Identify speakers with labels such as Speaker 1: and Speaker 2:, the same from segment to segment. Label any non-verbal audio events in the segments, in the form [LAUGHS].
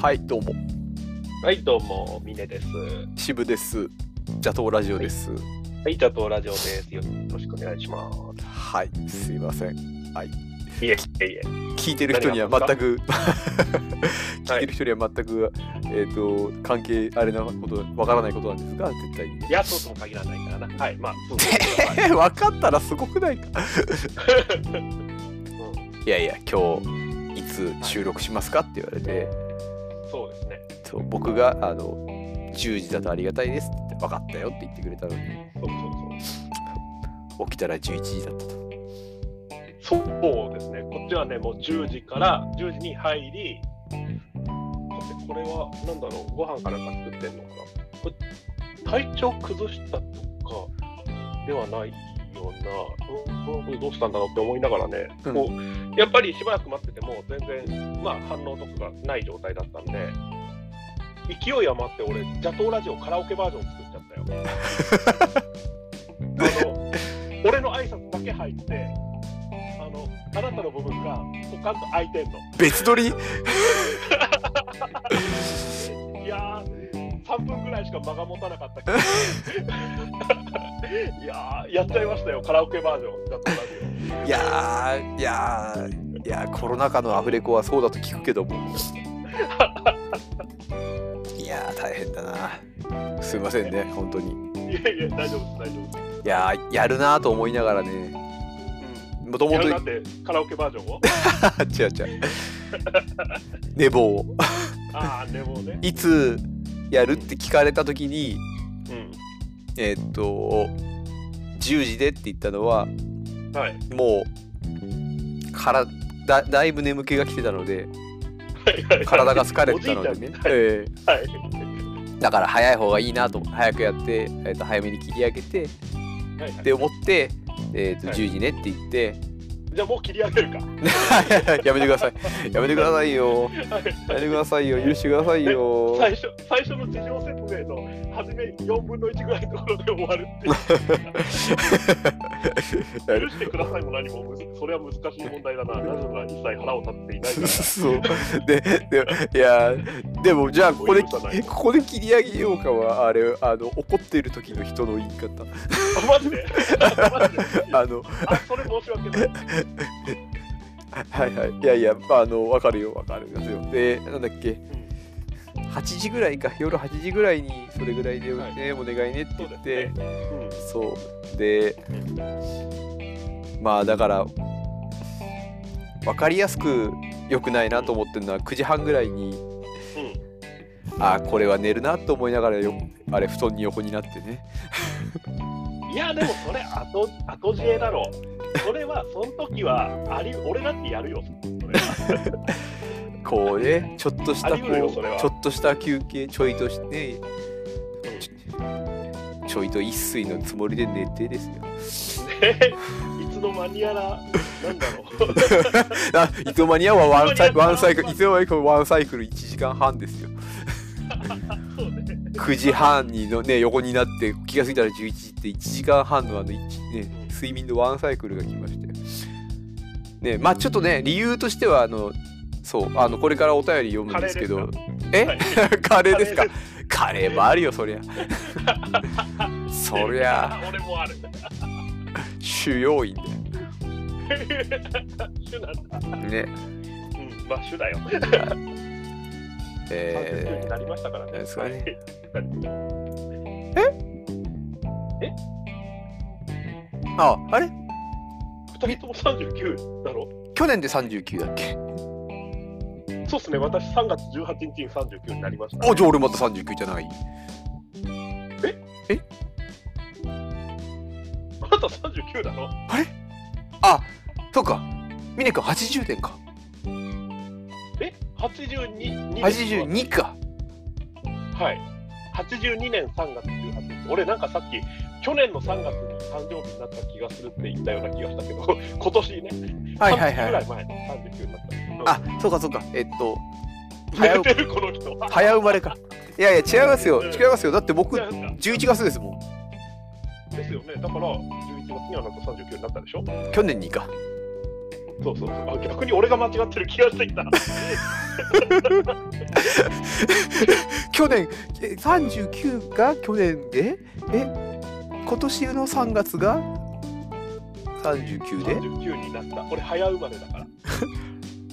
Speaker 1: はいどうも
Speaker 2: はい、どうも、ミネです。は
Speaker 1: 渋ですジャトーラジオです
Speaker 2: い、じゃあ、当ラジオです。よろしくお願いしま
Speaker 1: はい、すいません
Speaker 2: す。いえ、いえ、いえ。
Speaker 1: 聞いてる人には全 [LAUGHS] く聞い
Speaker 2: は
Speaker 1: て
Speaker 2: い
Speaker 1: る人には全く、えっ、と関係あれなことわからないことなんですが絶対にね
Speaker 2: いや、そうとも限らないからな。はい、まあ、そう
Speaker 1: えー分かったらすごく [LAUGHS] ないかいやいや今日いつ収録しますかって言われて
Speaker 2: そうですね。
Speaker 1: そう僕があの10時だとありがたいですって分かったよって言ってくれたのに
Speaker 2: そう
Speaker 1: 起きたら11時だったと
Speaker 2: そうそう。そうですね。こっちはね、もう10時から10時に入り、さてこれは、なんだろう、ご飯かなんか作ってんのかな。これ体調崩したとかではないような、うんうん、これどうしたんだろうって思いながらね、
Speaker 1: うん
Speaker 2: こうやっぱりしばらく待ってても、全然、まあ、反応とかがない状態だったんで、勢い余って俺、ジャトーラジオカラオケバージョン作っちゃ
Speaker 1: [LAUGHS]
Speaker 2: ったよ。あの俺の挨拶だけ入って、あのあなたの部分がポカンと開いてんの。
Speaker 1: 別撮り
Speaker 2: いやー、3分ぐらいしか間が持たなかったけど、 [LAUGHS] いやー、やっちゃいましたよ、カラオケバージョンだったラジ
Speaker 1: いやーいやーいやーコロナ禍のアフレコはそうだと聞く
Speaker 2: [LAUGHS]
Speaker 1: けどもいやー大変だなすいませんね本当に
Speaker 2: オ。いやいや、大丈夫です、大丈夫
Speaker 1: い
Speaker 2: で
Speaker 1: やーやるなーと思いながらね
Speaker 2: す。
Speaker 1: もと
Speaker 2: うん、
Speaker 1: も
Speaker 2: や
Speaker 1: と
Speaker 2: るなってカラオケバージョンを
Speaker 1: [LAUGHS] 違う違う寝坊を [LAUGHS]
Speaker 2: ああ、でもね。
Speaker 1: いつやるって聞かれた時に
Speaker 2: うん。
Speaker 1: えーっと10時でって言ったのは
Speaker 2: はい。
Speaker 1: もうからだだいぶ眠気が来てたので
Speaker 2: はいはいはい
Speaker 1: 体が疲れてたのでね
Speaker 2: おじいちゃん、
Speaker 1: え
Speaker 2: はい。
Speaker 1: ーだから早い方がいいなと早くやって、えー、と早めに切り上げて
Speaker 2: はいはい
Speaker 1: って思って、えー、と
Speaker 2: はい
Speaker 1: 10時ねって言って、 [LAUGHS]
Speaker 2: じゃあもう切り上げるか。
Speaker 1: やめてくださいやめてくださいよやめてくださいよ許してくださいよ
Speaker 2: 最初最初の事情説明の初め4分の1ぐらいのところで終わるっていう。許してくださいも何もむずそれは難しい問題
Speaker 1: [LAUGHS]
Speaker 2: だななぜなら一切腹を立っていないから
Speaker 1: そうででいやでもじゃあここで
Speaker 2: もう許さな
Speaker 1: こ
Speaker 2: い
Speaker 1: こで切り上げようかはあれあの怒っている時の人の言い方 [LAUGHS]
Speaker 2: あマジでマジで
Speaker 1: あの
Speaker 2: あそれ申し訳
Speaker 1: [LAUGHS]
Speaker 2: ない
Speaker 1: はいはいいやいやまああのわかるよわかるますよでなんだっけ8時ぐらいか夜8時ぐらいにそれぐらいで、ね
Speaker 2: は
Speaker 1: お願いねって
Speaker 2: そ
Speaker 1: 言
Speaker 2: うで
Speaker 1: って
Speaker 2: すね、うん
Speaker 1: そうでまあだから分かりやすく良くないなと思ってるのは9時半ぐらいにああこれは寝るなと思いながらよあれ布団に横になってね
Speaker 2: うん、いやでもそれ後後知恵だろうそれはその時はあり俺だってやるよそれ [LAUGHS] は
Speaker 1: こうねちょっとした
Speaker 2: あり
Speaker 1: こ
Speaker 2: 得
Speaker 1: う
Speaker 2: るよそれは
Speaker 1: ちょっとした休憩ちょいとしてちょちょいと一睡のつもりで寝てですよ
Speaker 2: ねいつの間にやらなんだろう
Speaker 1: あいつの間に合うはワンサイワンサイクル
Speaker 2: い
Speaker 1: いつの間にかワンサイクル1時間半ですよ
Speaker 2: そうね
Speaker 1: 9時半にの、ね、横になって気が付いたら11時って1時間半のあの、いちね、睡眠のワンサイクルが来ましたよ。ねまあちょっとね理由としてはあのそうあのこれからお便り読むんですけどえ、
Speaker 2: はい
Speaker 1: カレー
Speaker 2: [LAUGHS]
Speaker 1: ですかカレーもあるよそりゃそりゃ
Speaker 2: 俺もある [LAUGHS]
Speaker 1: 主要員
Speaker 2: 主なんだ
Speaker 1: だよね
Speaker 2: うんまあ主だよ30分
Speaker 1: え
Speaker 2: になりましたからね。
Speaker 1: なんですかねー、ああれ
Speaker 2: 二人とも39だろ
Speaker 1: 去年で39だっけ
Speaker 2: そうっすね、私3月18日に39になりました。
Speaker 1: あじゃあ俺また39じゃない
Speaker 2: あなた39だろ
Speaker 1: あそうか峰君80点か
Speaker 2: え ?82 年
Speaker 1: 82か
Speaker 2: はい。82年3月18日。俺なんかさっき、去年の3月に誕生日になった気がするって言ったような気がしたけど、 [LAUGHS] 今年ね、
Speaker 1: はいはい
Speaker 2: 30ぐ
Speaker 1: は
Speaker 2: ら
Speaker 1: い
Speaker 2: い前に39になった。
Speaker 1: あそうかそうかえっと
Speaker 2: うん、 [LAUGHS]
Speaker 1: 早
Speaker 2: 早
Speaker 1: う
Speaker 2: てるこの人。は
Speaker 1: 早生まれかいやいや違いますよ
Speaker 2: うん
Speaker 1: 違いますよだって僕
Speaker 2: なんか
Speaker 1: 11月ですもん
Speaker 2: ですよね、だから11月にはなんか39になったでしょ
Speaker 1: 去年にか
Speaker 2: そうそうそうあ逆に俺が間違ってる気がしてきた
Speaker 1: 去年え39が去年でえ今年の3月が39で
Speaker 2: 39になった俺早生まれだから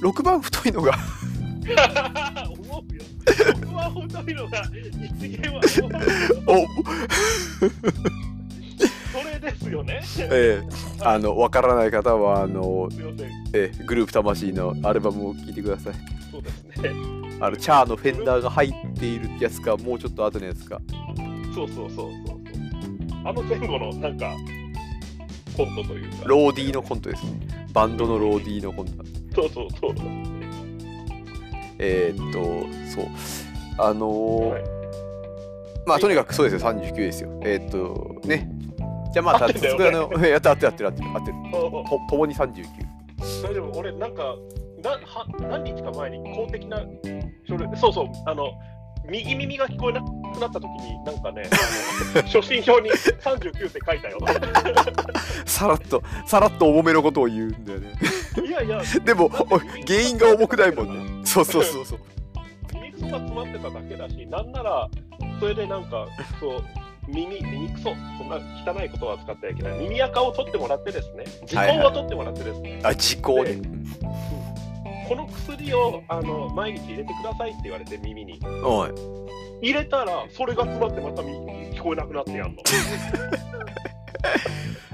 Speaker 1: 6番太いのが [LAUGHS]
Speaker 2: 思うよ。僕は本当にのが一元は思うよ
Speaker 1: お
Speaker 2: それですよね。すい
Speaker 1: ええあのわからない方はあの、
Speaker 2: ません。
Speaker 1: ええグループ魂のアルバムを聴いてください
Speaker 2: そうですね。
Speaker 1: あのチャーのフェンダーが入っているやつかもうちょっと後のやつか
Speaker 2: そうそうそうそうそう。あの前後のなんかコントというか。
Speaker 1: ローディーのコントですねバンドのローディーのコント
Speaker 2: そうそうそう。
Speaker 1: えーっとそうあのー
Speaker 2: はい
Speaker 1: まあとにかくそうですよ39ですよえーっとねじゃあまあ
Speaker 2: 合ったてんだよ
Speaker 1: つくあのやった合ってる合ってる合ってる合ってる
Speaker 2: おう
Speaker 1: とともに39
Speaker 2: 大丈夫。俺なんかなは何日か前に公的な書類そうそうあの。右耳が聞こえなくなった時に、なんかね、あの初心表に39って書いたよ。
Speaker 1: さらっとさらっと重めのことを言うんだよね [LAUGHS]
Speaker 2: いやいや、
Speaker 1: でもお原因が重くないもんねそうそうそう
Speaker 2: [LAUGHS]
Speaker 1: そう
Speaker 2: 耳くそが詰まってただけだし、なんなら、それでなんか、そう、耳、耳くそ、そんな汚いことは使ってはいけない。耳垢を取ってもらってですね、時
Speaker 1: はい
Speaker 2: 間は取ってもらってですね、
Speaker 1: あ時効ね
Speaker 2: この薬をあの毎日入れてくださいって言われて、耳に。
Speaker 1: うんおい
Speaker 2: 入れたら、それが詰まってまた耳に聞こえなくなってやんの。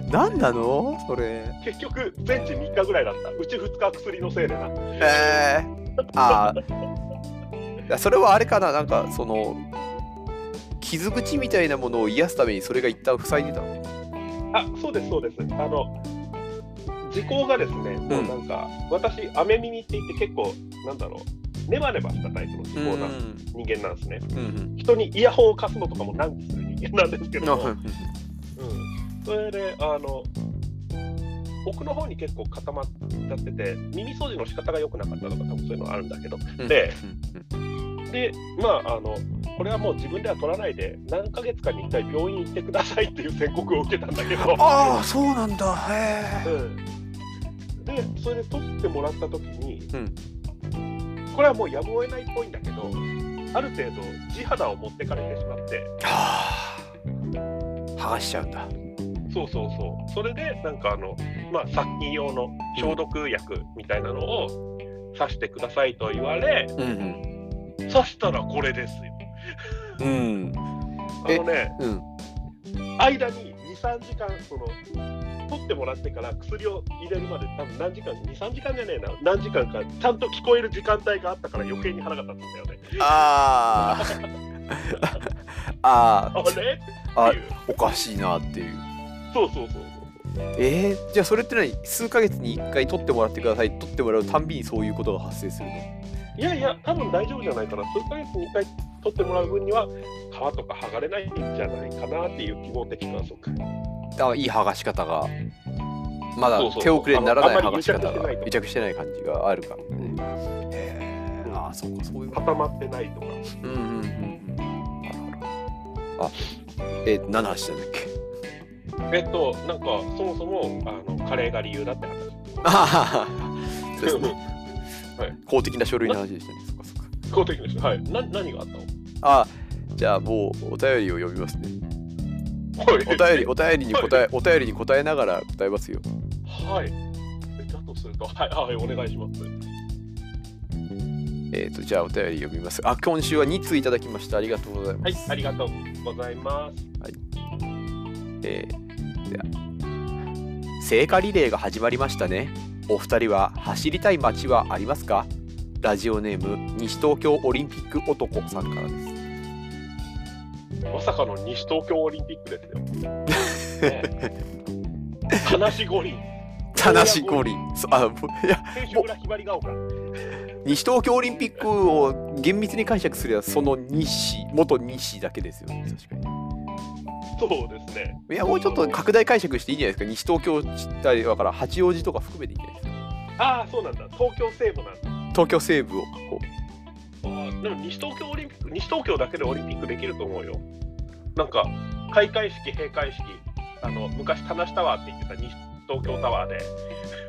Speaker 1: 何なのそれ
Speaker 2: 結局、全治3日ぐらいだった。うち2日薬のせいでな。
Speaker 1: えー、あーいやそれはあれかななんかその傷口みたいなものを癒すためにそれが一旦塞いでたの
Speaker 2: あ、そうです、そうです。あの、時効がですね、もうなんか、私、雨耳って言って結構、なんだろう、ネバネバしたタイプの時効なんですよ人間なんですね。
Speaker 1: うん
Speaker 2: 人にイヤホンを貸すのとかも難儀する人間なんですけ
Speaker 1: う
Speaker 2: ど
Speaker 1: ん
Speaker 2: も、うん、それであの奥の方に結構固まっちゃってて耳掃除の仕方が良くなかったとか多分そういうのはあるんだけどででまああのこれはもう自分では取らないで何ヶ月かに1回病院行ってくださいっていう宣告を受けたんだけど。
Speaker 1: ああそうなんだへ
Speaker 2: うんでそれで取ってもらった時に、
Speaker 1: うん
Speaker 2: これはもうやむを得ないっぽいんだけどある程度地肌を持ってかれてしまって
Speaker 1: えはあ剥がしちゃうんだ
Speaker 2: そうそうそう。それで、なんかあの、まあ、殺菌用の消毒薬みたいなのを刺してくださいと言われ、
Speaker 1: うん
Speaker 2: 刺したらこれですよ。
Speaker 1: うん
Speaker 2: あのね、
Speaker 1: うん
Speaker 2: 間に2、3時間、その、取ってもらってから薬を入れるまで多分何時間、2、3時間じゃねえな、何時間か、ちゃんと聞こえる時間帯があったから余計に腹が立つんだよね。
Speaker 1: あああ
Speaker 2: あれ
Speaker 1: あ
Speaker 2: っていう。
Speaker 1: おかしいなっていう
Speaker 2: そうそうそう
Speaker 1: えー、じゃあそれって何数ヶ月に1回取ってもらってください取ってもらうたんびにそういうことが発生するの
Speaker 2: いやいや、多分大丈夫じゃないかな、数ヶ月に1回取ってもらう分には、皮とか剥がれないんじゃないかなっていう希望的観測。
Speaker 1: あいい剥がし方がまだ
Speaker 2: そうそう
Speaker 1: 手遅れにならない
Speaker 2: あの
Speaker 1: 剥
Speaker 2: あんま
Speaker 1: が
Speaker 2: り
Speaker 1: し方
Speaker 2: 癒着して
Speaker 1: が
Speaker 2: ないと
Speaker 1: 癒着してない感じがあるからねへえああそうかそういう
Speaker 2: 固まってないとか。
Speaker 1: うんうんうんうんなるほどあえー、何の話なんだっけ
Speaker 2: えっと、なんか、そもそも、あの、カレーが理由だって [LAUGHS] 話。
Speaker 1: ああそうですね
Speaker 2: [LAUGHS] はい
Speaker 1: 公的な書類の話でしたねそっかそっか
Speaker 2: 公的です。はい。な、何があったの。
Speaker 1: あじゃあもうお便りを読みますね
Speaker 2: [LAUGHS] お
Speaker 1: お便りお便りに答えお便りに答えながら答えますよ
Speaker 2: はい。えだとすると、はい、はい、お願いします。
Speaker 1: えっ、と、じゃあお便り読みます。あ、今週は2通いただきました。ありがとうございます。
Speaker 2: はい、ありがとうございます。
Speaker 1: えーでは聖火リレーが始まりましたね。お二人は走りたい街はありますかラジオネーム、西東京オリンピック男さんからです。
Speaker 2: まさかの西東京オリンピックです [LAUGHS] よ。ねえ、話五輪。
Speaker 1: 田無五輪。そあもういや
Speaker 2: 選手村ひばりが丘。
Speaker 1: 西東京オリンピックを厳密に解釈すればその西元西だけですよね確か
Speaker 2: そうですね。
Speaker 1: にいやもうちょっと拡大解釈していいんじゃないですか西東京あれだから八王子とか含めていいんじゃないですか
Speaker 2: ああ、そうなんだ。東京西部なんだ。
Speaker 1: 東京西部をこう
Speaker 2: あーでも西東京オリンピック、西東京だけでオリンピックできると思うよ。なんか、開会式、閉会式、あの昔、田無タワーって言ってた西東京タワーで、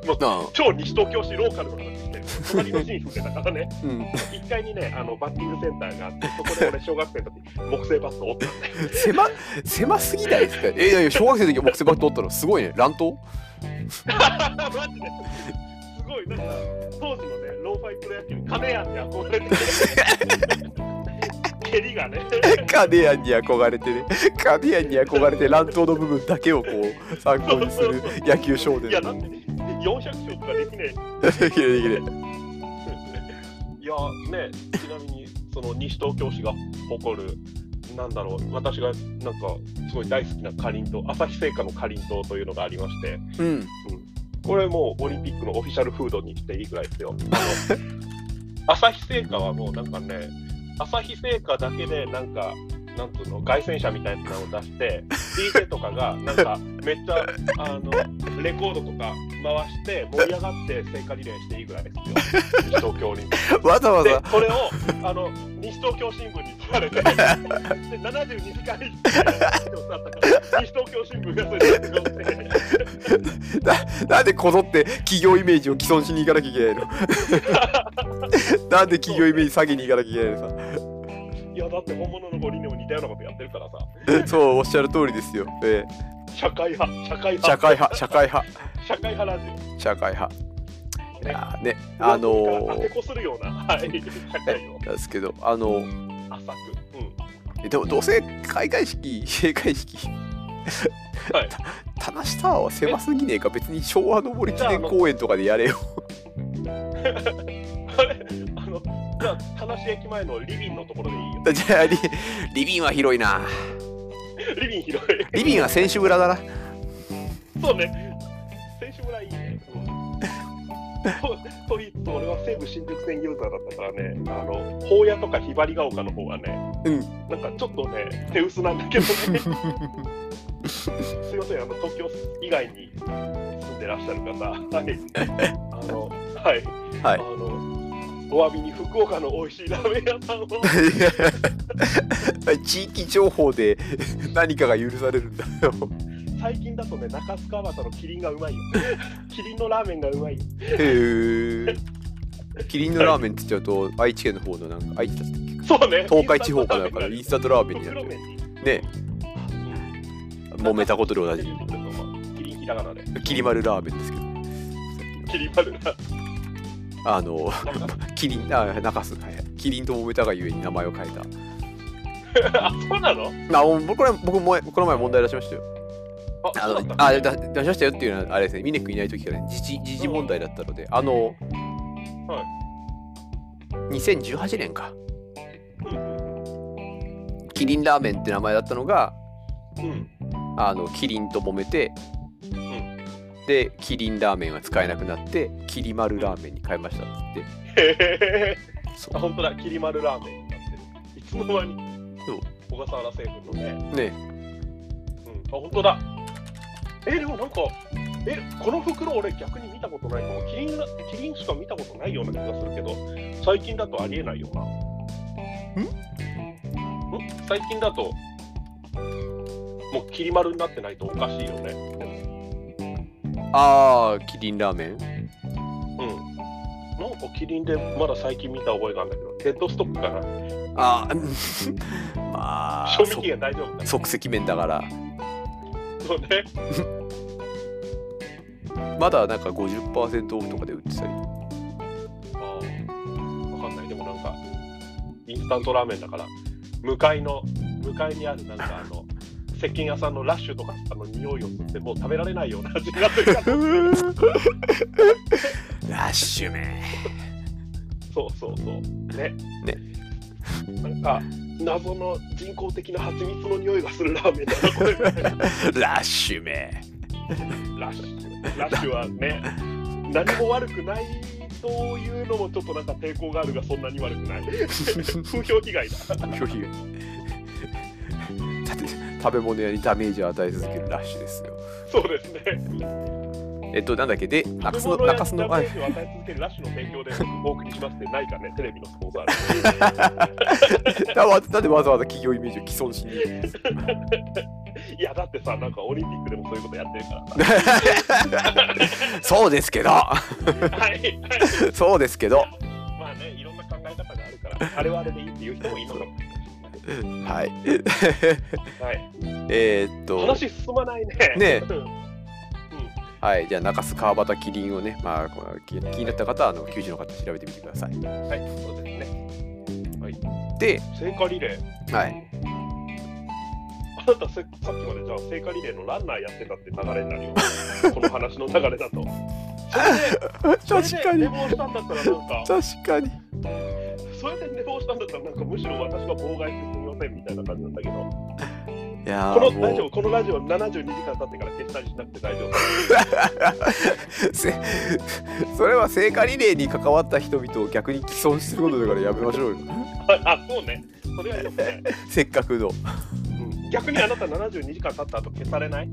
Speaker 2: もう
Speaker 1: な
Speaker 2: 超西東京市ローカルの話してる隣の市に住んでたからね
Speaker 1: あ、うん、
Speaker 2: 1階にねあのバッティングセンターがあってそこで俺小学生の時木製バットを折ったんだよ
Speaker 1: 狭狭すぎないですかえいやいや小学生の時は木製バットおったのすごいね乱闘
Speaker 2: マジですごいなんか当時のねローファイプロ野球に金やんに憧れて
Speaker 1: [LAUGHS]
Speaker 2: て蹴りがね
Speaker 1: カデアンに憧れてねカデアンに憧れて乱闘の部分だけをこう参考にする野球少年
Speaker 2: いやだって400勝とかできねえ
Speaker 1: きれいきれい
Speaker 2: いやね、ちなみにその西東京市が誇る、なんだろう、私がなんかすごい大好きなかりんとう、朝日製菓のかりんとうというのがありまして、
Speaker 1: うん
Speaker 2: これもうオリンピックのオフィシャルフードにしていいぐらいですよ。あの朝日製菓はもうなんかね、朝日製菓だけでなんか、なんつうの、凱旋者みたいなのを出して、DJ とかがなんかめっちゃあのレコードとか回して盛り上がって聖火リレーしていいぐらいですよ、西東京オリンピック
Speaker 1: わざわ
Speaker 2: で
Speaker 1: ざ
Speaker 2: これをあの西東京新聞に取られてで72時間以上だったから西東京新聞がそれに乗って
Speaker 1: なんでこぞって企業イメージを既存しに行かなきゃいけないの [LAUGHS] なんで企業イメージ下げに行かなきゃいけないの
Speaker 2: いやだって本物の五人でも似たようなことやってるからさ
Speaker 1: さそうおっしゃる通りですよ、え
Speaker 2: 社会派社
Speaker 1: ー
Speaker 2: 会派
Speaker 1: 社会派社会派
Speaker 2: 社会派ラジ
Speaker 1: 社会派いやーね
Speaker 2: オ
Speaker 1: あの
Speaker 2: 当て
Speaker 1: ー、
Speaker 2: こするようなはい社会を
Speaker 1: ですけどあのー
Speaker 2: 浅く
Speaker 1: えでもどうせ開会式 [LAUGHS] 閉会式
Speaker 2: はい
Speaker 1: た [LAUGHS] 棚下タワーは狭すぎねえか別に昭和の森記念公園とかでやれ [LAUGHS] よ
Speaker 2: うんあれあのじゃあ田無駅前のリビンのところでいいよ
Speaker 1: じゃあリリビンは広いな
Speaker 2: リビン広い
Speaker 1: リビンは選手村だな [LAUGHS]
Speaker 2: そうね。選手村いいね。とと言いつつ俺は西武新宿線ユーザーだったからね、あの宝屋とかひばりが丘の方はね、
Speaker 1: うん
Speaker 2: なんかちょっとね、手薄なんだけどね、すいません、あの東京以外に住んでらっしゃる方、はい、あの、はい、
Speaker 1: は
Speaker 2: あ
Speaker 1: い
Speaker 2: の、お詫びに福岡の美味しいラーメン屋さんを、
Speaker 1: 地域情報で何かが許されるんだよ
Speaker 2: 最近だとね、中須川端のキリンがうまいよ、キリンのラーメンがうまいよ。
Speaker 1: へえキリンのラーメンって言っちゃうと愛知県の方のなんか愛知だったっけ
Speaker 2: そうね、
Speaker 1: 東海地方かなんかのインスタントラーメンになるよねね揉めたことでおなじみ
Speaker 2: キリンひらがなで。
Speaker 1: きり丸ラーメンですけど
Speaker 2: キリンパルが。
Speaker 1: あの [LAUGHS] キリンあ中洲はいはいキリンと揉めたがゆえに名前を変えた
Speaker 2: [LAUGHS] あ、そうなの
Speaker 1: あ僕これ僕もこの前問題出しましたよ。
Speaker 2: あ、
Speaker 1: あ
Speaker 2: そう
Speaker 1: の
Speaker 2: だった
Speaker 1: あだ出しましたよっていうのはあれですね、ミネ君いない時からね時事時事問題だったので、あの、
Speaker 2: は
Speaker 1: 2018年か、
Speaker 2: うん
Speaker 1: キリンラーメンって名前だったのが、
Speaker 2: うん。
Speaker 1: あのキリンと揉めて、で、キリンラーメンは使えなくなって、キリマルラーメンに変えましたっつって、
Speaker 2: へへへ。
Speaker 1: そ
Speaker 2: あ、本当だ、キリマルラーメンになってる。いつの間に。
Speaker 1: そう。
Speaker 2: 小笠原製粉のね。
Speaker 1: うね、
Speaker 2: うん。あ、本当だ。え、でもなんか、え、この袋俺逆に見たことないかも。キリンが、キリンしか見たことないような気がするけど、最近だとありえないよな。んん最近だと、もうキリマルになってないとおかしいよね。
Speaker 1: あー、キリンラーメン
Speaker 2: うん。なんかキリンでまだ最近見た覚えがあるんだけど、デッドストックかな
Speaker 1: あー、まあ
Speaker 2: [LAUGHS] 賞、味期限大丈夫か
Speaker 1: そ即席麺だから。
Speaker 2: そうね。
Speaker 1: まだなんか50%オフとかで売ってたり。
Speaker 2: あーわかんない。でもなんか、インスタントラーメンだから、向かいの、向かいにあるなんかあの、石鹸屋さんのラッシュとかあの匂いを吸ってもう食べられないような味になってる
Speaker 1: [LAUGHS]
Speaker 2: から
Speaker 1: ラッシュ麺。
Speaker 2: そうそうそうね
Speaker 1: ね
Speaker 2: なんか謎の人工的な蜂蜜の匂いがするラーメンだなこれみたいな
Speaker 1: ラッシュ麺。
Speaker 2: ラッシュラッシュはね、何も悪くないというのもちょっとなんか抵抗があるが、そんなに悪くない。風評被害だ。
Speaker 1: 拒否だって食べ物屋にダメージを与え続けるラッシュですよ。
Speaker 2: そうですね。
Speaker 1: えっと、なんだっけで、中洲
Speaker 2: 食べ
Speaker 1: の、
Speaker 2: 物や
Speaker 1: 中洲の、
Speaker 2: ダ
Speaker 1: あ [LAUGHS]
Speaker 2: メージを与え続けるラッシュの提供でお送りしますってないかね、テレビのスポンサーで。
Speaker 1: だわなんでわざわざ企業イメージを既存しに行くんですか
Speaker 2: いやだってさなんかオリンピックでもそういうことやってるからさ
Speaker 1: [LAUGHS] そうですけど
Speaker 2: はいはい
Speaker 1: そうですけど
Speaker 2: まあねいろんな考え方がある [LAUGHS] からあれはあれでいいっていう人もいるのかもし
Speaker 1: はい [LAUGHS]
Speaker 2: れない、はい、
Speaker 1: えーっと
Speaker 2: 話進まないね
Speaker 1: ね
Speaker 2: うん
Speaker 1: はい、じゃあ中洲川端キリンをね、まあ、こう気気になった方はあの球児の方調べてみてください。
Speaker 2: はいそうですね
Speaker 1: で、
Speaker 2: 聖火リレー
Speaker 1: はい、
Speaker 2: あなたせ [LAUGHS] さっきまでじゃあ聖火リレーのランナーやってたって流れになる
Speaker 1: [LAUGHS]
Speaker 2: よこの話の流れだとそれで
Speaker 1: 確かに
Speaker 2: 寝坊したんだったらなんか
Speaker 1: 確かに
Speaker 2: それで寝坊したんだったらなんかむしろ私は妨害してすみませんみたいな感じなんだけど
Speaker 1: いや
Speaker 2: こ
Speaker 1: ー
Speaker 2: のラジ
Speaker 1: も
Speaker 2: オこのラジオ72時間経ってから決済しなくて大丈夫
Speaker 1: うせ [LAUGHS] それは聖火リレーに関わった人々を逆に既存することだからやめましょうよ [LAUGHS]
Speaker 2: [LAUGHS] あそうねそれはよくね、
Speaker 1: せっかくの
Speaker 2: うん逆にあなた72時間経った後消さ
Speaker 1: [LAUGHS]
Speaker 2: れない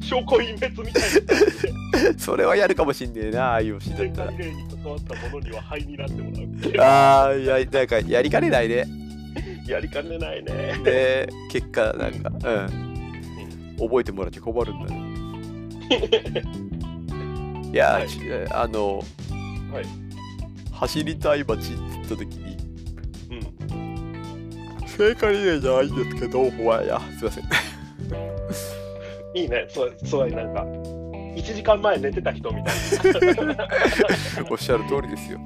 Speaker 2: 証拠隠滅みたいな
Speaker 1: それはやるかもしんねえなああいうしだっ
Speaker 2: 全
Speaker 1: た
Speaker 2: 体例に関わったものには灰になってもらうけど
Speaker 1: らあーいやなんかやりかねないね
Speaker 2: やりかねないね
Speaker 1: で結果なんかうん覚えてもらっちゃ困るんだね
Speaker 2: [LAUGHS]
Speaker 1: いや、
Speaker 2: はい
Speaker 1: ちあの、
Speaker 2: はい
Speaker 1: 走りたい街って言った時に
Speaker 2: うん
Speaker 1: 聖火リレーじゃないんですけどお前やすいません
Speaker 2: [LAUGHS] いいねそうそうなんか1時間前寝てた人みたいな
Speaker 1: おっしゃる通りですよ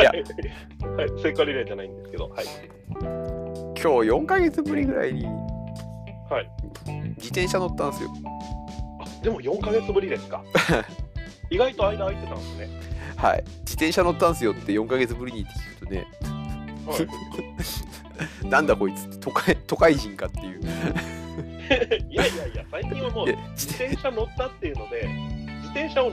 Speaker 1: いや
Speaker 2: はい、はい、聖火リレーじゃないんですけどはい
Speaker 1: 今日4ヶ月ぶりぐらいに
Speaker 2: はい
Speaker 1: 自転車乗ったんですよ
Speaker 2: あでも4ヶ月ぶり
Speaker 1: [LAUGHS]
Speaker 2: ですか意外と間空いてたんですね
Speaker 1: はい自転車乗ったんですよって4ヶ月ぶりにって聞くとね
Speaker 2: はい
Speaker 1: なんだこいつって都会都会人かっていう [LAUGHS]
Speaker 2: いやいやいや、最近はもう
Speaker 1: いや
Speaker 2: 自転車乗ったっていうので、自転車を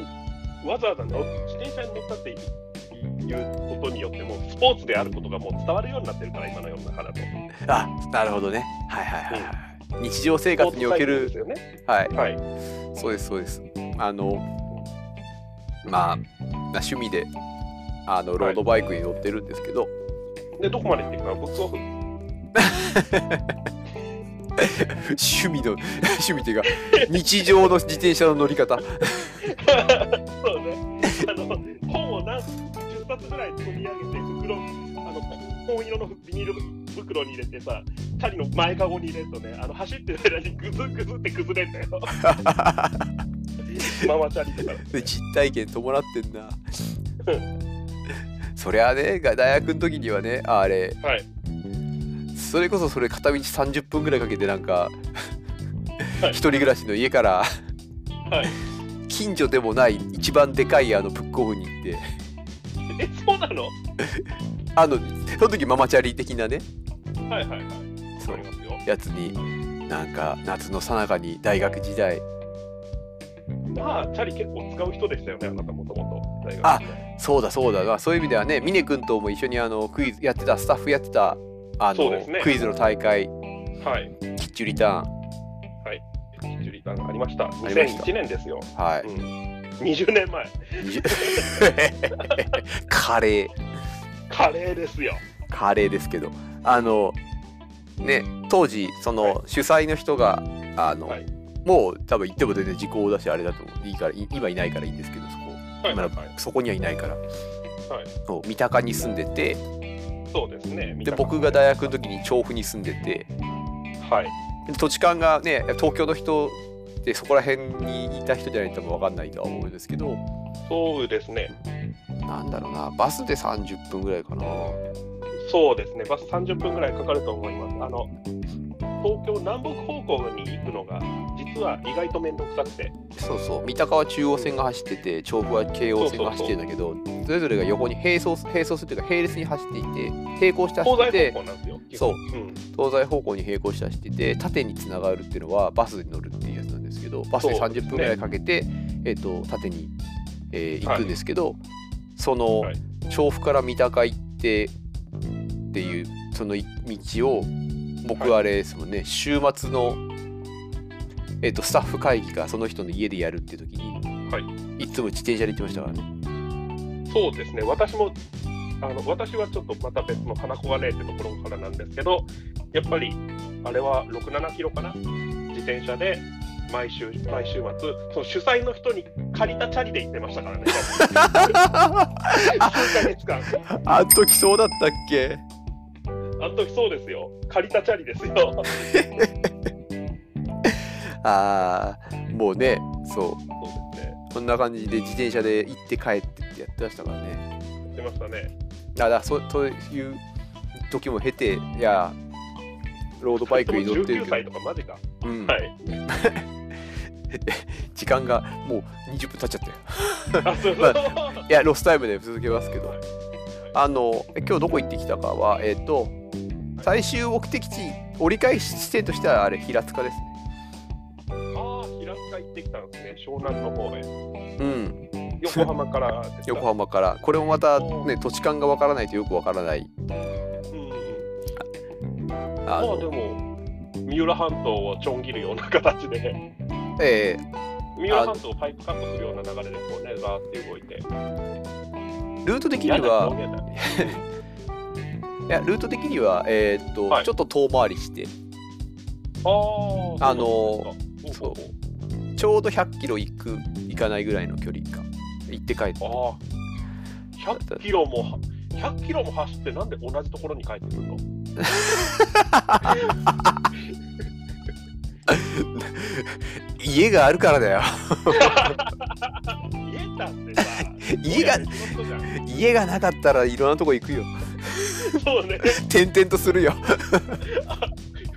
Speaker 2: わざわざ乗自転車に乗ったっていうことによって、もうスポーツであることがもう伝わるようになってるから、今の世の中だと。
Speaker 1: あなるほどねはいはいはいはい、日常生活におけ
Speaker 2: ス
Speaker 1: る
Speaker 2: ポーツサイクルですよね。
Speaker 1: はい
Speaker 2: はい。
Speaker 1: そうですそうですあのまあな趣味であのロードバイクに乗ってるんですけど、 [LAUGHS]
Speaker 2: で、どこまで行っていくかな、ブックオフ。
Speaker 1: 趣味の [LAUGHS] 趣味っていうか日常の自転車の乗り方
Speaker 2: そうね。あの、本を何10冊ぐらい積み上げて、袋、あの、紺色のビニール袋に入れてさ、チャリの前かごに入れるとね、あの走ってる間にグズグズって崩れんだよ。ママチャリとか。
Speaker 1: で実体験伴ってん
Speaker 2: [LAUGHS]
Speaker 1: なそりゃあねが大学の時にはねあれ
Speaker 2: はい。
Speaker 1: それこそそれ片道30分ぐらいかけてなんか
Speaker 2: はい
Speaker 1: 一人暮らしの家から
Speaker 2: はい、
Speaker 1: 近所でもない一番でかいあのブックオフに行って
Speaker 2: え、そうなの
Speaker 1: あのその時ママチャリ的なね
Speaker 2: はいはいはい。
Speaker 1: そ
Speaker 2: わ
Speaker 1: う
Speaker 2: かりますよ。
Speaker 1: やつになんか夏のさなかに大学時代
Speaker 2: まあ、チャリ結構使う人でしたよね、あなたもともと。大学
Speaker 1: あそうだそうだ、まあ、そういう意味ではね峰君とも一緒にあのクイズやってたスタッフやってたあ
Speaker 2: そう
Speaker 1: の、
Speaker 2: ですね
Speaker 1: クイズの大会
Speaker 2: はい。
Speaker 1: キッチュリターン
Speaker 2: キッチュリターンがありました。
Speaker 1: りました
Speaker 2: 2001年ですよ。
Speaker 1: は
Speaker 2: う
Speaker 1: い、
Speaker 2: ん。20年前。
Speaker 1: [LAUGHS] カレー
Speaker 2: カレーですよ。
Speaker 1: カレーですけどあのね当時そ
Speaker 2: はい
Speaker 1: の主催の人があの、
Speaker 2: はい
Speaker 1: もう多分行っても全然時効だしあれだと思ういいからい今いないからいいんですけどそこ
Speaker 2: はい
Speaker 1: 今
Speaker 2: は
Speaker 1: の
Speaker 2: いはい。
Speaker 1: そこにはいないから、そう三鷹に住んでて
Speaker 2: そうですね。見
Speaker 1: で
Speaker 2: たかった
Speaker 1: 僕が大学の時に調布に住んでて
Speaker 2: はい。
Speaker 1: で土地勘がね東京の人でそこら辺にいた人じゃないと多分分かんないとは思うんですけど
Speaker 2: そうですね。
Speaker 1: なんだろうなバスで30分ぐらいかな
Speaker 2: そうですね。バス30分ぐらいかかると思います。あの、東京南北方向に行くのが、実は意外と面倒くさくて。
Speaker 1: そうそう三鷹は中央線が走ってて調布は京王線が走ってるんだけどそれぞれが横に並走す並走するというか並列に走っていて並行して走
Speaker 2: 東
Speaker 1: ってて
Speaker 2: 西方向なんですよ。
Speaker 1: そう
Speaker 2: うん。
Speaker 1: 東西方向に並行して走ってて縦につながるっていうのはバスに乗るっていうやつなんですけどバスで
Speaker 2: そうです
Speaker 1: 30
Speaker 2: ね
Speaker 1: 分ぐらいかけて、えっと縦に、えー
Speaker 2: はい
Speaker 1: 行くんですけど、その
Speaker 2: はい
Speaker 1: 調布から三鷹行ってっていうそのい道を僕
Speaker 2: は
Speaker 1: あれですもんね、週末の、えっとスタッフ会議かその人の家でやるって時に、、
Speaker 2: はい
Speaker 1: つも自転車で行ってましたからね。
Speaker 2: そうですね、私も、あの私はちょっとまた別の花子がねえってところからなんですけど、やっぱりあれは6、7キロかな、自転車で毎週、毎週末、その主催の人に借りたチャリで行ってました
Speaker 1: [LAUGHS]
Speaker 2: からね、3ヶ月間。
Speaker 1: あん時そうだったっけ
Speaker 2: あの時そうですよ、借りたチャリで
Speaker 1: [LAUGHS]
Speaker 2: すよ。
Speaker 1: ああもうねそ
Speaker 2: そうですね、
Speaker 1: うこんな感じで自転車で行って帰ってってやってましたからね
Speaker 2: 言ってましたね。
Speaker 1: あだからそそういう時も経ていやロードバイクに乗ってる
Speaker 2: 19
Speaker 1: け
Speaker 2: 歳
Speaker 1: ど、
Speaker 2: とかマジか。
Speaker 1: うん
Speaker 2: はい。
Speaker 1: 時間がもう20分経っちゃったよ
Speaker 2: あ、そう
Speaker 1: ま
Speaker 2: そ
Speaker 1: あ
Speaker 2: う。
Speaker 1: いやロスタイムで続けますけど
Speaker 2: はい
Speaker 1: あの今日どこ行ってきたかはえっ、と最終目的地折り返し地点としてはあれ平塚です
Speaker 2: ああ、平塚行ってきたんですね、湘南の方へ。
Speaker 1: [LAUGHS] ねうん
Speaker 2: 横浜からですか
Speaker 1: 横浜からこれもまたね土地勘がわからないとよくわからない
Speaker 2: うんうんま
Speaker 1: あ
Speaker 2: あで
Speaker 1: の
Speaker 2: も三浦半島をちょん切るような形で
Speaker 1: ええ
Speaker 2: 三浦半島をパイプカットするような流れでこうねガーって動いて
Speaker 1: ルート的に
Speaker 2: 嫌な
Speaker 1: は
Speaker 2: 表現だね
Speaker 1: いやルート的には、えーっと
Speaker 2: はい
Speaker 1: ちょっと遠回りして
Speaker 2: あー
Speaker 1: あのー
Speaker 2: そうなんですか
Speaker 1: ちょうど100キロ行く行かないぐらいの距離か行って帰って
Speaker 2: ほうほうああ100キロもは100キロも走ってなんで同じところに帰ってくるの
Speaker 1: 家があるからだよ
Speaker 2: 家だってさ
Speaker 1: [LAUGHS] 家が
Speaker 2: 親の仕事じゃん
Speaker 1: 家がなかったらいろんなとこ行くよ [LAUGHS]
Speaker 2: そうね
Speaker 1: 転々とするよ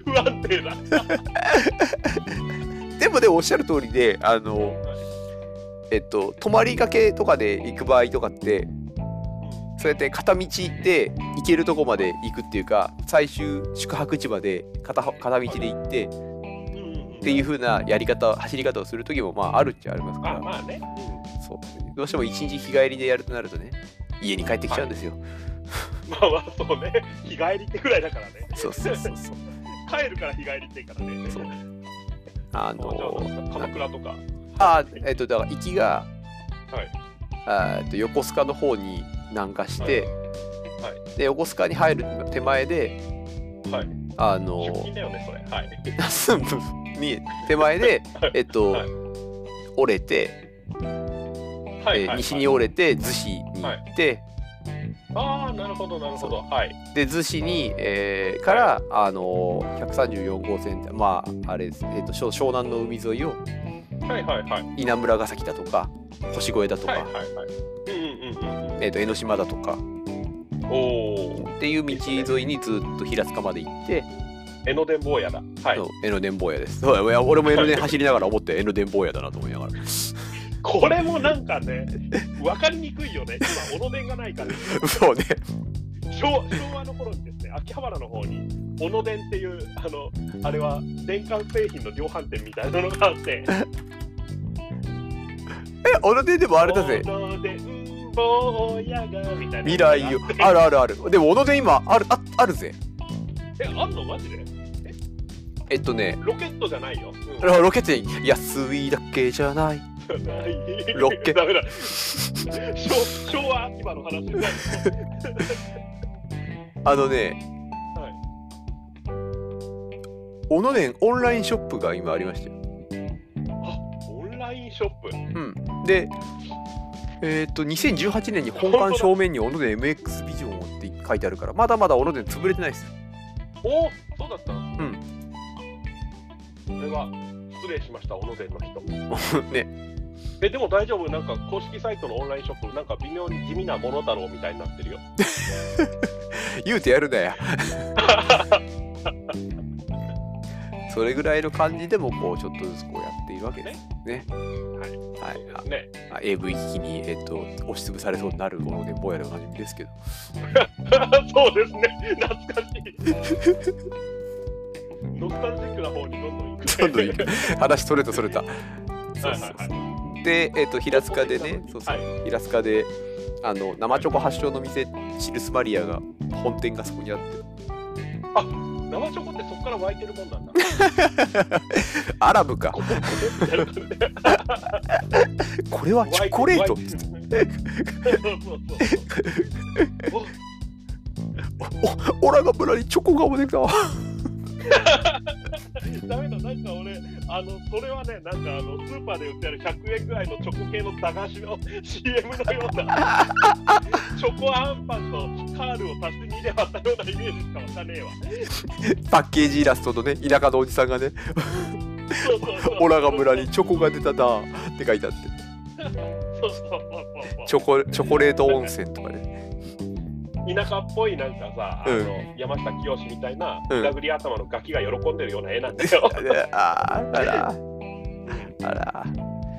Speaker 2: 不安定だ
Speaker 1: でもでもおっしゃる通りであのえっと泊まりがけとかで行く場合とかってそうやって片道行って行けるとこまで行くっていうか最終宿泊地まで片方片道で行ってっ
Speaker 2: って
Speaker 1: いう
Speaker 2: う
Speaker 1: 風なやり方走り方をする時もまああるっちゃありますか
Speaker 2: あ
Speaker 1: ら
Speaker 2: まあね、
Speaker 1: そうどうしても一日日帰りでやるとなるとね家に帰ってきちゃうんですよ、
Speaker 2: うん、まあまあそうね日帰りってぐらいだからね
Speaker 1: そうそうそうそう
Speaker 2: 帰るから日帰りってからね
Speaker 1: そうあ
Speaker 2: あじゃ
Speaker 1: の
Speaker 2: あなんか鎌倉とか。
Speaker 1: あえっとだから行きが、
Speaker 2: はい
Speaker 1: あえっと横須賀の方に南下して、
Speaker 2: はいは
Speaker 1: で横須賀に入る手前で
Speaker 2: はい。
Speaker 1: あ
Speaker 2: 出
Speaker 1: の
Speaker 2: 勤だよね、それ。はい。
Speaker 1: [LAUGHS] に手前で
Speaker 2: はい
Speaker 1: えっと、
Speaker 2: はい
Speaker 1: 折れて、
Speaker 2: は
Speaker 1: え
Speaker 2: い。
Speaker 1: ー
Speaker 2: はい
Speaker 1: 西に。折れて逗子に行って、
Speaker 2: ああ、なるほど、なるほど。はい。
Speaker 1: で逗子に、えーから、あの134号線ってまああれです、えっと湘湘南の海沿いを
Speaker 2: はいはいはい。
Speaker 1: 稲村ヶ崎だとか星越えだとか、
Speaker 2: はいはいはい。うんうんうん
Speaker 1: えー、と江ノ島だとか
Speaker 2: うん。おお。
Speaker 1: っていう道沿いにずっと平塚まで行って、
Speaker 2: 江ノ電坊やだ。はい
Speaker 1: そ。う江ノ電坊屋ですそういや俺も江ノ電
Speaker 2: [LAUGHS]
Speaker 1: 走りながら思って江ノ電坊屋だなと思いながら [LAUGHS]
Speaker 2: これもなんかね、わかりにくいよね。今、小野電がないから。
Speaker 1: そうね
Speaker 2: 昭昭和の頃にですね、秋葉原の方に、小野電っていう、あの、あれは、電化製品の量販店みたいなのがあって。
Speaker 1: え小野電でもあれだぜ
Speaker 2: 小野電坊やが、みたいな。
Speaker 1: 未来よあるあるあるでも小野電今あるああるぜ
Speaker 2: え、あんのマジで
Speaker 1: えっとね
Speaker 2: ロケットじゃないよ。うん
Speaker 1: ロロケテン安いだけじゃないロッケ
Speaker 2: ダメだ昭昭和秋葉の話だ
Speaker 1: あのね
Speaker 2: はい
Speaker 1: 小野電オンラインショップが今ありましたよ
Speaker 2: オンラインショップ
Speaker 1: うんでえっと2018年に本
Speaker 2: 本当
Speaker 1: 館
Speaker 2: だ
Speaker 1: 正面に小野電 MX ビジョンをって書いてあるからまだまだ小野電潰れてないですよ
Speaker 2: おそうだったうんこれは失礼しました小野伝の人
Speaker 1: ね
Speaker 2: えでも大丈夫なんか公式サイトのオンラインショップなんか微妙に地味なものだろうみたいになってるよ
Speaker 1: 言うてやるなや [LAUGHS] それぐらいの感じでもこうちょっとずつこうやっているわけですね
Speaker 2: はい
Speaker 1: はいあ
Speaker 2: ね
Speaker 1: あ AV 機器に、えっと押しつぶされそうになるものでぼやでおなじみですけど
Speaker 2: そうですね懐かしいノスタルジックな方にどんどん行く
Speaker 1: どんどん行く話それたそれたそうそう
Speaker 2: はい
Speaker 1: そうで、えっと平塚でねそうそう
Speaker 2: はい
Speaker 1: 平塚であの生チョコ発祥の店シルスマリアが本店がそこにあって
Speaker 2: 生チョコってそこから湧いてるもんなんだ
Speaker 1: アラブ [LAUGHS] か
Speaker 2: ここここみたいな
Speaker 1: これはチョコレート
Speaker 2: そうそうそう
Speaker 1: おオラが村にチョコがおできた
Speaker 2: なんか俺、あの、それはね、なんかあの、スーパーで売ってある100円ぐらいのチョコ系の駄菓子の CM のような、チョコアンパンとカールを足して2で割ったようなイメージしかわかんね [LAUGHS] えわ。
Speaker 1: パッケージイラストとね田舎のおじさんがね
Speaker 2: そうそうそう
Speaker 1: 「オラが村にチョコが出ただ」って書いてあって
Speaker 2: そうそうそうそう
Speaker 1: チョコチョコレート温泉とかね
Speaker 2: 田舎っぽいなんかさ、あの
Speaker 1: うん
Speaker 2: 山下清みたいな、
Speaker 1: うん
Speaker 2: 殴り頭のガキが喜んでるような絵なんだ [LAUGHS] よ。
Speaker 1: あーあらあら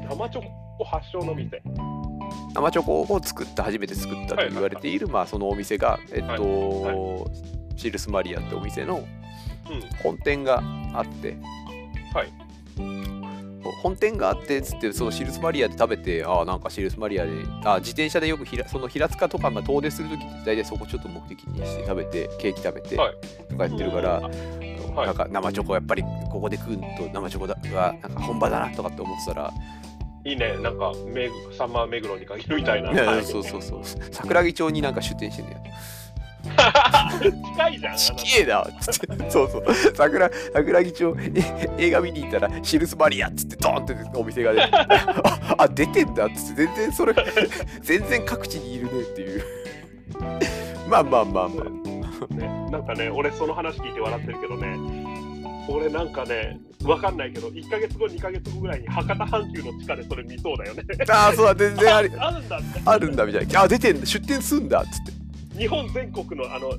Speaker 2: 生チョコ発祥の店。
Speaker 1: 生チョコを作った初めて作ったと言われている、まあ、そのお店が、えっとシルスマリアってお店の
Speaker 2: うん
Speaker 1: 本店があって、
Speaker 2: はい
Speaker 1: 本店があってっつってそのシルスマリアで食べてああなんかシルスマリアであー自転車でよくひらその平塚とか、まあ、遠出する時って大体そこちょっと目的にして食べてケーキ食べて
Speaker 2: はい
Speaker 1: とかやってるから、
Speaker 2: うんはい
Speaker 1: なんか生チョコやっぱりここで食うと生チョコだがなんか本場だなとかって思ってたら
Speaker 2: いいね、なんかめぐサンマー目黒に限るみたいな。
Speaker 1: いやい
Speaker 2: は
Speaker 1: や [LAUGHS]
Speaker 2: い
Speaker 1: そうそうそう桜木町になんか出店してんだよ
Speaker 2: 近いじゃん。
Speaker 1: ちきえなっつってそうそう桜桜木町え映画見に行ったらシルスマリアっつってドーンってお店が出てああ出てんだっつって全然それ全然各地にいるねっていうまあまあまあまあ
Speaker 2: ね、なんかね、俺その話聞いて笑ってるけどね、俺なんかね、わかんないけど、1ヶ月後、2ヶ月後ぐらいに博多阪急の地下でそれ見そうだよね。
Speaker 1: ああそうだ全然あり
Speaker 2: [LAUGHS] あるんだって。
Speaker 1: あるんだみたいなあ出てんだ出店すんだっつって
Speaker 2: 日本全国のあの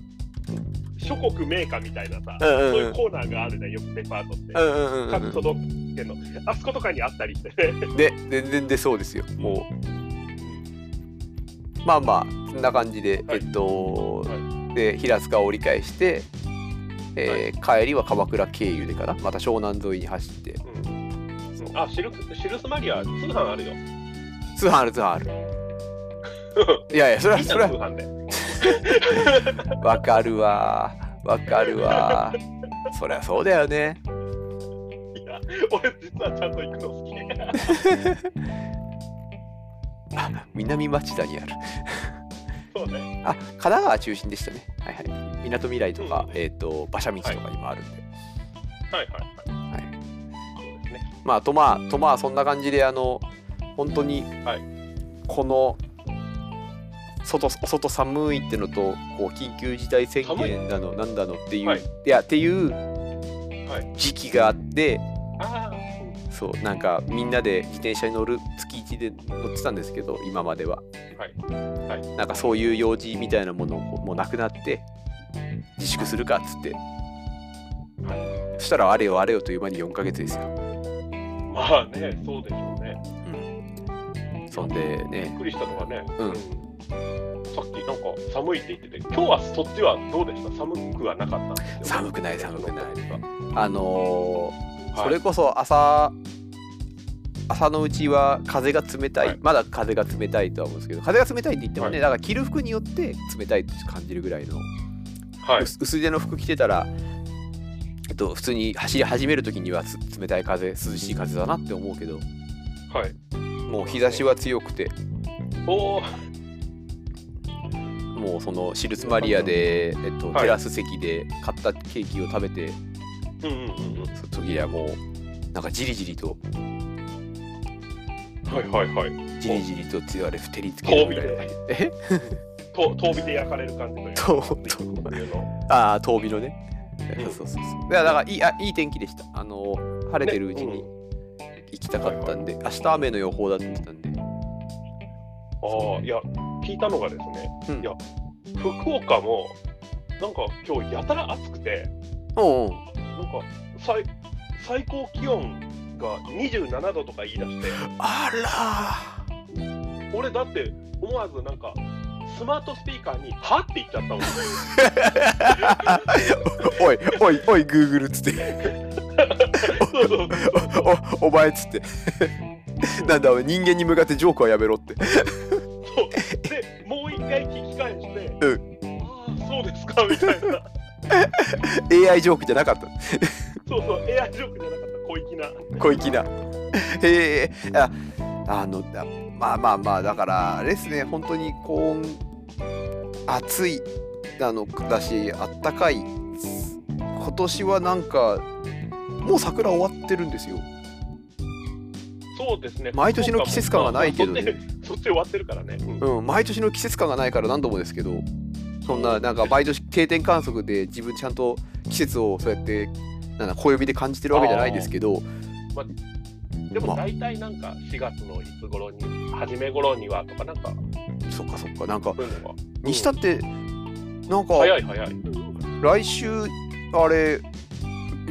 Speaker 2: 諸国名家みたいなさ、
Speaker 1: うんうんうん
Speaker 2: そういうコーナーがあるね、よくデパートって。
Speaker 1: うんうんうん
Speaker 2: 各
Speaker 1: う
Speaker 2: 都道府県の、あそことかにあったりしてね。
Speaker 1: んで全然出そうですよもうまあまあそんな感じで、
Speaker 2: は
Speaker 1: え
Speaker 2: い
Speaker 1: っと、で平塚を折り返して、えー帰りは鎌倉経由でかなまた湘南沿いに走って
Speaker 2: うんあシルクシルスマリア通販あるよ。
Speaker 1: 通販ある通販あるいやいやそれは
Speaker 2: 見た
Speaker 1: そ
Speaker 2: の
Speaker 1: れ
Speaker 2: 通
Speaker 1: は
Speaker 2: 販で。
Speaker 1: わかるわわかるわそりゃそうだよね
Speaker 2: いや、俺実はちゃんと行くの好き。
Speaker 1: 南町田にある
Speaker 2: そうね。
Speaker 1: あ神奈川中心でしたねはいはいみなとみらいとか、
Speaker 2: うん
Speaker 1: えっ、と馬車道とかにもあるんで、
Speaker 2: はいはいはい。
Speaker 1: はい
Speaker 2: そうですね。
Speaker 1: まあとまあとまあそんな感じであの本当に
Speaker 2: はい
Speaker 1: この外お外寒いってのとこう緊急事態宣言だのなんだのっていう、
Speaker 2: はい
Speaker 1: い、やっていう
Speaker 2: はい
Speaker 1: 時期があって
Speaker 2: ああ、
Speaker 1: そうなんかみんなで自転車に乗る月1で乗ってたんですけど今までは、
Speaker 2: はいはい
Speaker 1: なんかそういう用事みたいなものをもうなくなって自粛するかっつって、そしたらあれよあれよという間に4ヶ月ですよ、
Speaker 2: うんまあね、そうでしょうね。
Speaker 1: そんで
Speaker 2: びっ
Speaker 1: ね
Speaker 2: くりしたのがね、
Speaker 1: うん
Speaker 2: さっきなんか寒いって言ってて、今日はそっちはどうでした寒くはなかったんですよ。
Speaker 1: 寒くない寒くない
Speaker 2: は
Speaker 1: あのー
Speaker 2: はい
Speaker 1: それこそ朝朝のうちは風が冷たい、
Speaker 2: はい
Speaker 1: まだ風が冷たいとは思うんですけど風が冷たいって言ってもね、
Speaker 2: は
Speaker 1: だから着る服によって冷たいと感じるぐらいの、
Speaker 2: い。
Speaker 1: 薄薄手の服着てたら、えっと、普通に走り始める時にはつ冷たい風涼しい風だなって思うけど
Speaker 2: はい。
Speaker 1: もう日差しは強くて
Speaker 2: おお、
Speaker 1: もうそのシルスマリアで、えっと、
Speaker 2: はい
Speaker 1: テラス席で買ったケーキを食べて、
Speaker 2: うんうんうん
Speaker 1: その時にはもうなんかじりじりと
Speaker 2: うん。はいはいはい。
Speaker 1: じりじりと強い照りつけるぐらいの感じえ
Speaker 2: [LAUGHS] と遠火で焼かれる感じというか。
Speaker 1: と
Speaker 2: というの。
Speaker 1: ああ遠火のね、
Speaker 2: うん
Speaker 1: そうそうそういやだからいいあいい天気でしたあの晴れてるうちに
Speaker 2: ね
Speaker 1: 行きたかったんで、明日雨の予報だって言ってたんで
Speaker 2: ああ、いや、聞いたのがですね、
Speaker 1: うん
Speaker 2: いや福岡も、なんか今日やたら暑くて、
Speaker 1: おうおう
Speaker 2: なんか最最高気温が27度とか言い出して、
Speaker 1: あら
Speaker 2: 俺だって思わずなんか、スマートスピーカーに、はって言っちゃったもん。
Speaker 1: ー [LAUGHS] おいおいおいグーグルっつって
Speaker 2: そうそう
Speaker 1: おお前っつって [LAUGHS] なんだおい人間に向かってジョークはやめろって
Speaker 2: そう。で、もう一回聞き返して、
Speaker 1: う
Speaker 2: ああ、そうですか、みたいな。
Speaker 1: AI ジョークじゃなかった
Speaker 2: そうそう、エアジョークじゃなかった、小粋な。
Speaker 1: 小粋な。へえ、あ、あの、あまあまあまあ、だから、あれですね、本当に高温、暑い、あの、だし、あったかい。今年はなんか、もう桜終わってるんですよ
Speaker 2: そうですね。
Speaker 1: 毎年の季節感がないけどね
Speaker 2: まあまあそっちそっち終わってるからね。うん
Speaker 1: うん毎年の季節感がないから何度もですけどそんななんか毎年定点観測で自分ちゃんと季節をそうやってなんだ暦で感じてるわけじゃないですけど
Speaker 2: で
Speaker 1: ま
Speaker 2: も
Speaker 1: あ
Speaker 2: 大体なんか4月のいつ頃に、初め頃にはとか、なんか
Speaker 1: そっかそっかなんか
Speaker 2: そういうのが。
Speaker 1: にしたってなんか
Speaker 2: 早い早い。
Speaker 1: 来週あれ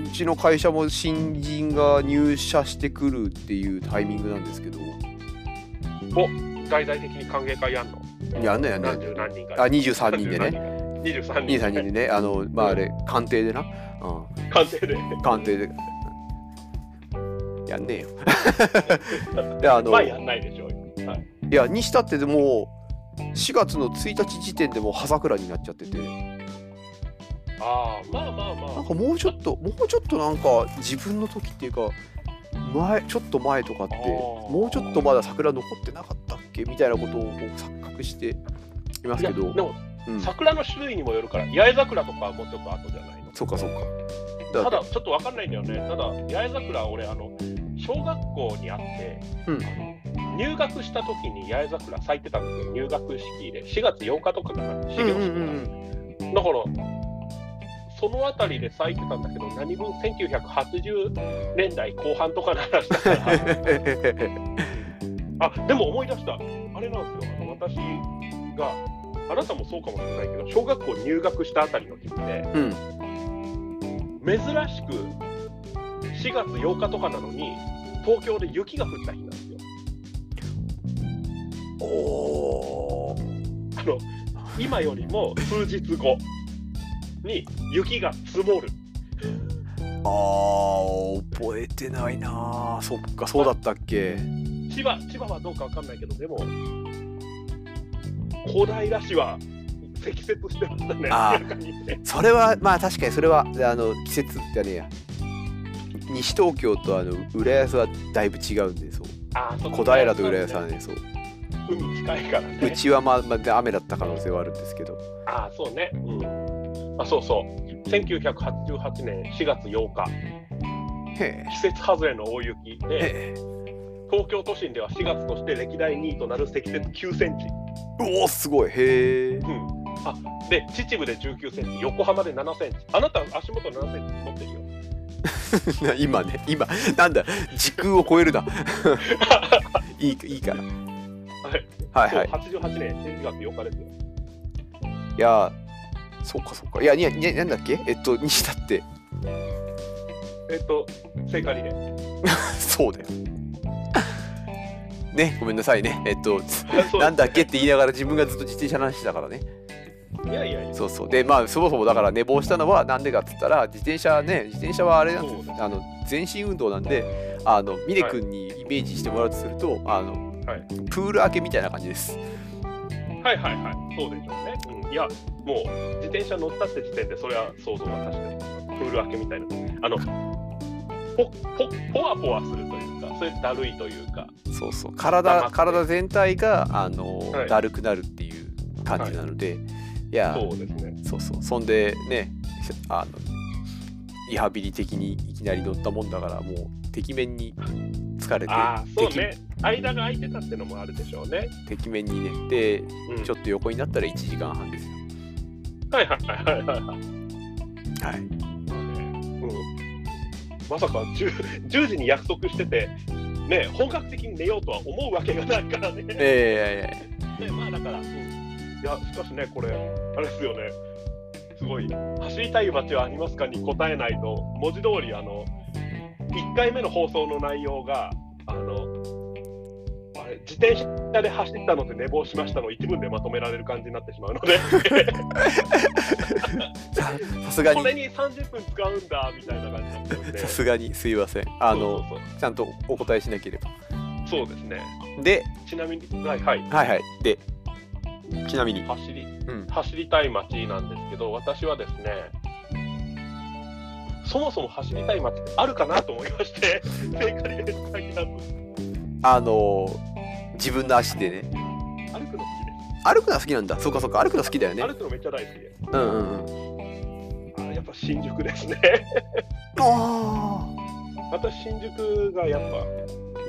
Speaker 1: うちの会社も新人が入社してくるっていうタイミングなんですけど
Speaker 2: 大々的に歓迎会やんの。
Speaker 1: やんないやんない
Speaker 2: 何十何人か。
Speaker 1: あ23人でね
Speaker 2: ね。23人。
Speaker 1: 23
Speaker 2: [LAUGHS]
Speaker 1: 人でねあのまああれ官邸でな、うん、
Speaker 2: 完成で。
Speaker 1: 鑑定でやんねえよ [LAUGHS] であの、
Speaker 2: まあ
Speaker 1: い
Speaker 2: やんないでしょうよ。はい、
Speaker 1: やにしたってでも4月の1日時点でもう葉桜になっちゃっててな
Speaker 2: ああ、まあまあま
Speaker 1: んかもうちょっともうちょっとなんか自分の時っていうか前ちょっと前とかって
Speaker 2: あー
Speaker 1: もうちょっとまだ桜残ってなかったっけみたいなことをこう錯覚していま
Speaker 2: あ。い
Speaker 1: す
Speaker 2: や
Speaker 1: け
Speaker 2: で
Speaker 1: ど、
Speaker 2: も
Speaker 1: うん、
Speaker 2: 桜の種類にもよるから、八重桜とかはもうちょっと後じゃないの
Speaker 1: そうかそうかだ
Speaker 2: ただちょっとわかんないんだよね、ただ八重桜は俺あの、小学校にあって、
Speaker 1: うん
Speaker 2: あの入学した時に八重桜咲いてたんですよ、入学式で、4月8日とかかな、始
Speaker 1: うん
Speaker 2: 業
Speaker 1: うんう
Speaker 2: 式
Speaker 1: ん
Speaker 2: が。だから、その辺りで咲いてたんだけど、何分1980年代後半とかの話だから。
Speaker 1: うん
Speaker 2: あでも思い出した、あれなんですよ、あの私が、あなたもそうかもしれないけど、小学校入学したあたりの時って、
Speaker 1: [LAUGHS]
Speaker 2: [LAUGHS]
Speaker 1: うん
Speaker 2: 珍しく4月8日とかなのに、東京で雪が降った日なんですよ。
Speaker 1: おー
Speaker 2: あの今よりも数日後に雪が積もる。
Speaker 1: あー覚えてないなあそっかそうだったっけ
Speaker 2: 千葉千葉はどうかわかんないけど、でも、小平市は積雪してましたね、明
Speaker 1: あー
Speaker 2: らかにね。
Speaker 1: それはまあ確かにそれはあの季節じゃねえや西東京とあの浦安はだいぶ違うんでそう
Speaker 2: あーそっか
Speaker 1: 小平と浦安はねそう
Speaker 2: 海近いからね。
Speaker 1: うちはまあ、まあ、雨だった可能性はあるんですけど
Speaker 2: ああ、そうね。うん。あ、そうそう。1988年4月8日、
Speaker 1: へ
Speaker 2: 季節外れの大雪
Speaker 1: え
Speaker 2: で、
Speaker 1: へえ
Speaker 2: 東京都心では4月として歴代2位となる積雪9センチ。
Speaker 1: うおーすごいへえ [LAUGHS]
Speaker 2: うん。あ、で、秩父で19センチ、横浜で7センチ。あなた、足元7センチ持ってるよ。
Speaker 1: 今ね今なんだ時空を超えるな [LAUGHS] いいいいから
Speaker 2: はい。
Speaker 1: はいはい
Speaker 2: そう、88年4月8日ですよ。
Speaker 1: いやーそっかそっかいやいやいやなんだっけえっと西田って
Speaker 2: えっと、聖火
Speaker 1: [LAUGHS]
Speaker 2: リレー。
Speaker 1: そうだよ。ね、ごめんなさいね。えっと、つ
Speaker 2: あそう
Speaker 1: なんだっけって言いながら自分がずっと自転車の話してたからね。
Speaker 2: いやいやいや。
Speaker 1: そうそう。で、まあ、そもそもだから寝坊したのはなんでかっつったら、自転車ね、自転車はあれなんです
Speaker 2: そう
Speaker 1: あの、全身運動なんで、あの、峰君にイメージしてもらうとすると、あの、
Speaker 2: はい
Speaker 1: プール明けみたいな感じです。
Speaker 2: はいはいはい。そうでしょうね。うん、いや、もう、自転車乗ったって時点で、それは想像が確かに。プール明けみたいな。あの、ぽ、ぽ、ぽわぽわするというか、それだるいというか。
Speaker 1: そうそう。
Speaker 2: 黙っ
Speaker 1: 体、
Speaker 2: て
Speaker 1: 体全体が、あの、
Speaker 2: はい
Speaker 1: だるくなるっていう感じなので、いや、
Speaker 2: そうですね。
Speaker 1: そうそうそんでね [LAUGHS] あのリハビリ的にいきなり乗ったもんだからもうてきめんに疲れて
Speaker 2: ああ、そうね。間が空いてたってのもあるでしょうね。
Speaker 1: てきめんにねで
Speaker 2: うん、
Speaker 1: ちょっと横になったら1時間半ですよ
Speaker 2: はいはいはいはいはい。
Speaker 1: はい
Speaker 2: うん、まさか 10, 10時に約束してて、ね、本格的に寝ようとは思うわけがないからね。
Speaker 1: ええ
Speaker 2: ね、まあだから、うんいや、しかしね、これ、あれですよね、すごい、走りたい街はありますかに答えないと、文字通り、あの、1回目の放送の内容が、あの、あれ、自転車で走ったので寝坊しましたの一文でまとめられる感じになってしまうので、
Speaker 1: ささすが
Speaker 2: これ
Speaker 1: に
Speaker 2: に30分使うんだ、みたいな感じになってるので
Speaker 1: さ。すがにすいませんあの
Speaker 2: そうそう
Speaker 1: ちゃんとお答えしなければ
Speaker 2: そう、そうですね。
Speaker 1: で
Speaker 2: ちなみに、はい、はい。
Speaker 1: はいはいでちなみに
Speaker 2: 走り
Speaker 1: うん
Speaker 2: 走りたい街なんですけど、私はですね、そもそも走りたい街ってあるかなと思いま [LAUGHS] して、聖火リレーの先なんです
Speaker 1: あの自分の足でね
Speaker 2: 歩くの好
Speaker 1: 歩くのは好きなんだそうかそうか歩くの好きだよ
Speaker 2: きです。
Speaker 1: ね
Speaker 2: 歩くのめっちゃ大好きです。
Speaker 1: うんうんうん
Speaker 2: あやっぱ新宿ですね。
Speaker 1: あ
Speaker 2: [LAUGHS] 私新宿がやっぱ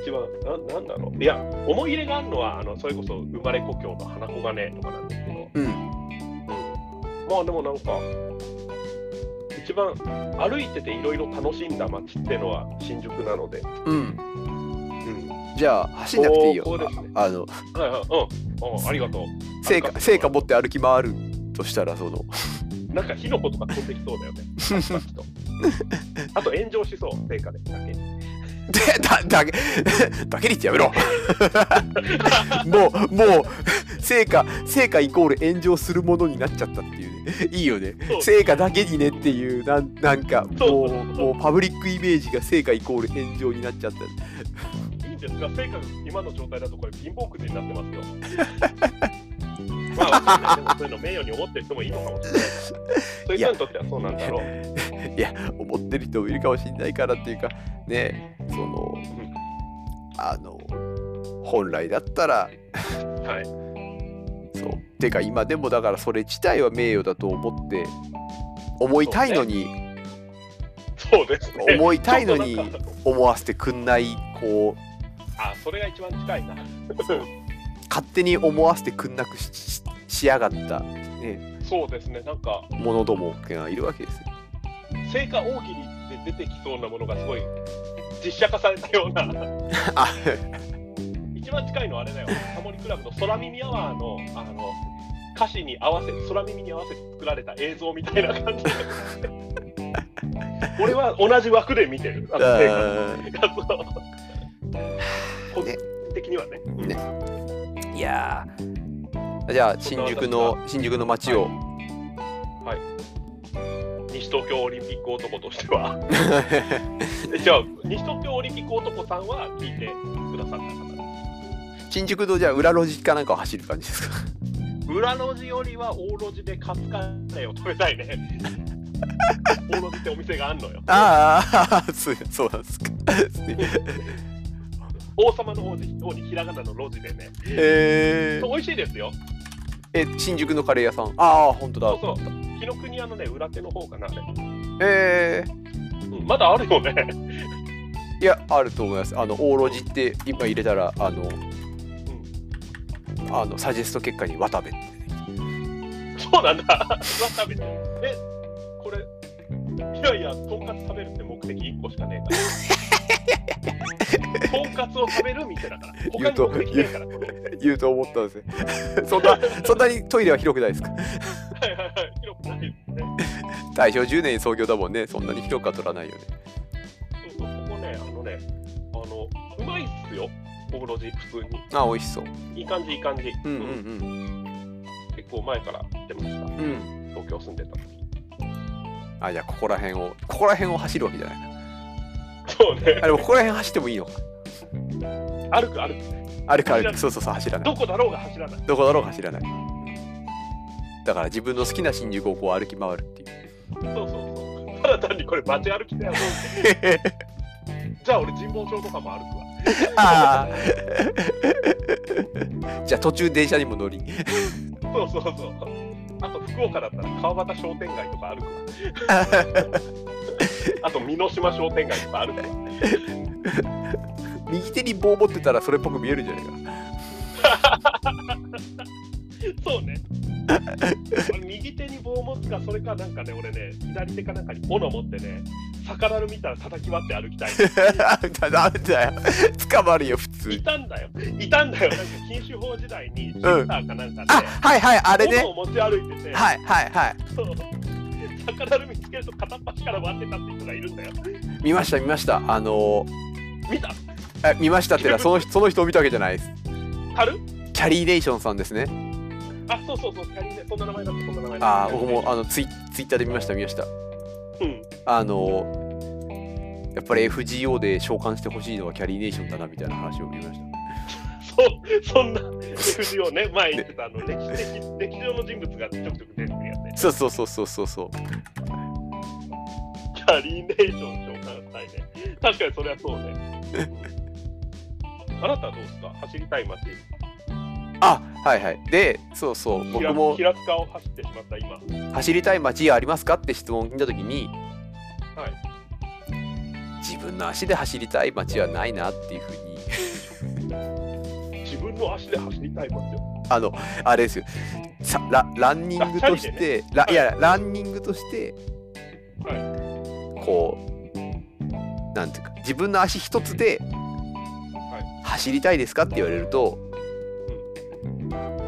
Speaker 2: 一番ななんだろういや思い入れがあるのはあのそれこそ生まれ故郷の花子金とかなんですけど、
Speaker 1: うん
Speaker 2: うん、まあでもなんか一番歩いてていろいろ楽しんだ街ってのは新宿なので、
Speaker 1: うん
Speaker 2: うん、
Speaker 1: じゃあ走んなくていいよ
Speaker 2: こうこうですね
Speaker 1: あの
Speaker 2: はいはいうんうんありがとう
Speaker 1: 成果成果持って歩き回るとしたらそ
Speaker 2: [LAUGHS]
Speaker 1: の
Speaker 2: なんか火の粉とか飛んできそうだ
Speaker 1: [LAUGHS]
Speaker 2: よねパチパチとあと炎上しそう成果でだけに
Speaker 1: でだだけだけにってやめ
Speaker 2: [LAUGHS]
Speaker 1: ろもうもう成果成果イコール炎上するものになっちゃったっていうねいいよね
Speaker 2: そう
Speaker 1: 成果だけにねっていうなんなんかも
Speaker 2: そううそうそう
Speaker 1: もうパブリックイメージが成果イコール炎上になっちゃった
Speaker 2: いいんですか成果が今の状態だとこれ貧乏くじになってますよ
Speaker 1: [LAUGHS]
Speaker 2: まあわかんないでもそういうの名誉に思ってる人もいいのかもしれないそういう人にとってはそうなんだろう
Speaker 1: 思ってる人もいるかもしれないからっていうかねそのあの本来だったら
Speaker 2: はい
Speaker 1: そうてか今でもだからそれ自体は名誉だと思って思いたいのに、
Speaker 2: そうですね
Speaker 1: 思いたいのに
Speaker 2: [LAUGHS] ちょっとなんか
Speaker 1: 思わせてくんないこう
Speaker 2: あそれが一番近いな
Speaker 1: 勝手に思わせてくんなくしししやがった、ね、
Speaker 2: そうですねなんか
Speaker 1: 者どもがいるわけですよ。
Speaker 2: 成果大喜利で出てきそうなものがすごい実写化されたような
Speaker 1: あ
Speaker 2: 一番近いのはあれだよ、タモリクラブの空耳アワーのあの歌詞に合わせ、空耳に合わせて作られた映像みたいな感じで。俺は同じ枠で見てる、
Speaker 1: [LAUGHS]
Speaker 2: あの映画
Speaker 1: う
Speaker 2: そう個人的にはね。うん
Speaker 1: ねんいやーじゃあ新宿の新宿の街を、
Speaker 2: 西東京オリンピック男としては。えじゃあ、西東京オリンピック男さんは聞いてくださった方。
Speaker 1: 新宿のじゃあ裏路地かなんかを走る感じですか
Speaker 2: 裏路地よりは大路地でカツカレーを食べたいね。大路地ってお店があんのよ。
Speaker 1: ああそうそうなん [LAUGHS] ですか
Speaker 2: 王様の方に方にひらがなの路地でね、
Speaker 1: えー
Speaker 2: 美味しいですよ。
Speaker 1: え新宿のカレー屋さんああ本当だ
Speaker 2: そうそう、紀ノ国屋のね、裏手の方かな、あれ
Speaker 1: え
Speaker 2: うんまだあるよね。 [LAUGHS]
Speaker 1: ー、いやあると思いますあの大路地って今入れたらあのあのサジェスト結果に渡部って出てきて
Speaker 2: そうなんだ。わ食べてる。え、これ、いやいや、とんかつ食べるって目的1個しかね
Speaker 1: [LAUGHS]
Speaker 2: えから。とんかつを食べる店だから。
Speaker 1: 言
Speaker 2: 他
Speaker 1: う
Speaker 2: に
Speaker 1: と
Speaker 2: 目的ねえから、この店。
Speaker 1: 言うと思ったんですね [LAUGHS] そんなそんなにトイレは広くないですか
Speaker 2: はいはいはい、広くないですね。
Speaker 1: 大正10年に創業だもんねそんなに広くは取らないよね
Speaker 2: そうそう、ここね、あのね、あの、うまいっすよ、大路地、普通に。
Speaker 1: あ美味しそう
Speaker 2: いい感じ、いい感じ。
Speaker 1: うんうん
Speaker 2: 結構前から来てまし
Speaker 1: うん
Speaker 2: た。
Speaker 1: うん
Speaker 2: 東京住んでた時
Speaker 1: あじゃあここら辺をここら辺を走るわけじゃないな
Speaker 2: そうね
Speaker 1: あでもここら辺走ってもいいのか
Speaker 2: 歩く
Speaker 1: 歩
Speaker 2: 歩く
Speaker 1: く歩くそうそうそう走らない
Speaker 2: どこだろうが走らない
Speaker 1: どこだろう走らないだから自分の好きな新宿をこう歩き回るっていう
Speaker 2: そうそうそうただ単にこれ街歩きだよじゃあ俺神保町とかも歩くわ
Speaker 1: ああじゃあ途中電車にも乗り
Speaker 2: そうそうそうあと福岡だったら川端商店街とか歩くわ
Speaker 1: [LAUGHS]
Speaker 2: あと美濃島商店街とか歩くわ
Speaker 1: 右手に棒持ってたらそれっぽく見えるんじゃないか [LAUGHS]
Speaker 2: そ
Speaker 1: [LAUGHS]
Speaker 2: うね俺右手に棒持つかそれかなんかね俺ね左手かなんかに斧持ってね魚の見たら叩き割って歩きたい
Speaker 1: なんだよ捕まるよ普通
Speaker 2: いたんだよいたんだよなんか禁酒法時代にシッターかなんかで、
Speaker 1: あはいはいあれ
Speaker 2: 斧
Speaker 1: ね
Speaker 2: を持ち歩いてて、
Speaker 1: はいはいはい
Speaker 2: そう魚の見つけると片っ端から割ってたって人がいるんだよ。
Speaker 1: 見ました見ましたあの
Speaker 2: 見た
Speaker 1: ーえ見ましたってのはその人その人を見たわけじゃないです
Speaker 2: 樽
Speaker 1: キャリーネーションさんですね
Speaker 2: あ、そうそうそう、キャリーね、そんな名前だった、そんな名前だ
Speaker 1: ああ僕もあのツイツイッターで見ました見ました
Speaker 2: うん、
Speaker 1: あのーやっぱり FGO で召喚してほしいのはキャリーネーションだなみたいな話を見ました
Speaker 2: そう、そんな FG をね、前言ってた、あの、歴史的、歴史上の人物がちょくちょく出てくるやつね。
Speaker 1: そうそうそうそうそうそう
Speaker 2: キャリーネーション召喚したいね。確かにそれはそうね。
Speaker 1: [LAUGHS]
Speaker 2: うんあなたはどうですか走りたい街。
Speaker 1: あはいはいでそうそう僕
Speaker 2: 平
Speaker 1: も
Speaker 2: 平塚を走ってしまった今。
Speaker 1: 走りたい街ありますかって質問を聞いた時に、
Speaker 2: はい
Speaker 1: 自分の足で走りたい街はないなっていうふうに [LAUGHS]
Speaker 2: 自分の足で走りたいもんよ。
Speaker 1: あのあれですよさラランニングとして、ラいやランニングとして
Speaker 2: は
Speaker 1: こうなんていうか自分の足一つで走りたいですかって言われると、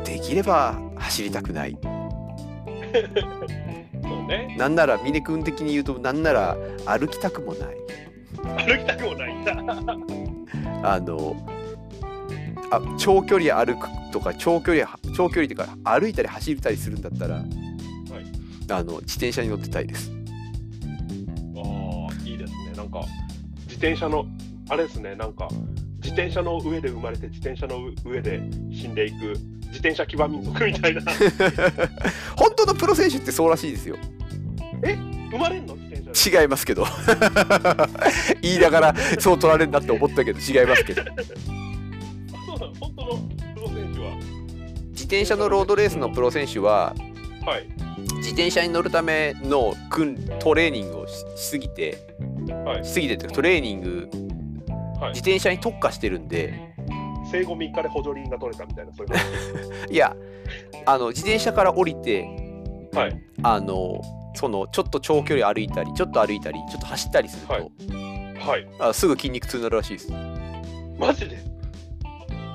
Speaker 1: できれば走りたくない
Speaker 2: い。そうね。
Speaker 1: なんなら峰君的に言うとなんなら歩きたくもない
Speaker 2: 歩きたくも [LAUGHS] ないんだ。
Speaker 1: あのあ長距離歩くとか長距離は長距離というか歩いたり走ったりするんだったら、あの自転車に乗ってたいです [LAUGHS]
Speaker 2: ああ、いいですね。なんか、自転車の、あれですね、なんか、自転車の上で生まれて、自転車の上で死んでいく、自転車騎馬民族み [LAUGHS] たいな。
Speaker 1: 本当のプロ選手ってそうらしいですよ
Speaker 2: 生まれんの自転車で。
Speaker 1: 違いますけど [LAUGHS] 言いながらそう取られるなって思ったけど違いますけど
Speaker 2: あ、そうなの本当のプロ選手は。
Speaker 1: 自転車のロードレースのプロ選手は
Speaker 2: はい。
Speaker 1: 自転車に乗るための訓トレーニングをししすぎて、
Speaker 2: はい
Speaker 1: しすぎてというかトレーニング
Speaker 2: はい [LAUGHS]
Speaker 1: 自転車に特化してるんで
Speaker 2: 生後3日で補助輪が取れたみたいな、そういうこ
Speaker 1: いやあの自転車から降りて
Speaker 2: と。はい。
Speaker 1: あのそのちょっと長距離歩いたりちょっと歩いたりちょっと走ったりすると、
Speaker 2: はいはい。
Speaker 1: あすぐ筋肉痛になるらしいです
Speaker 2: マジで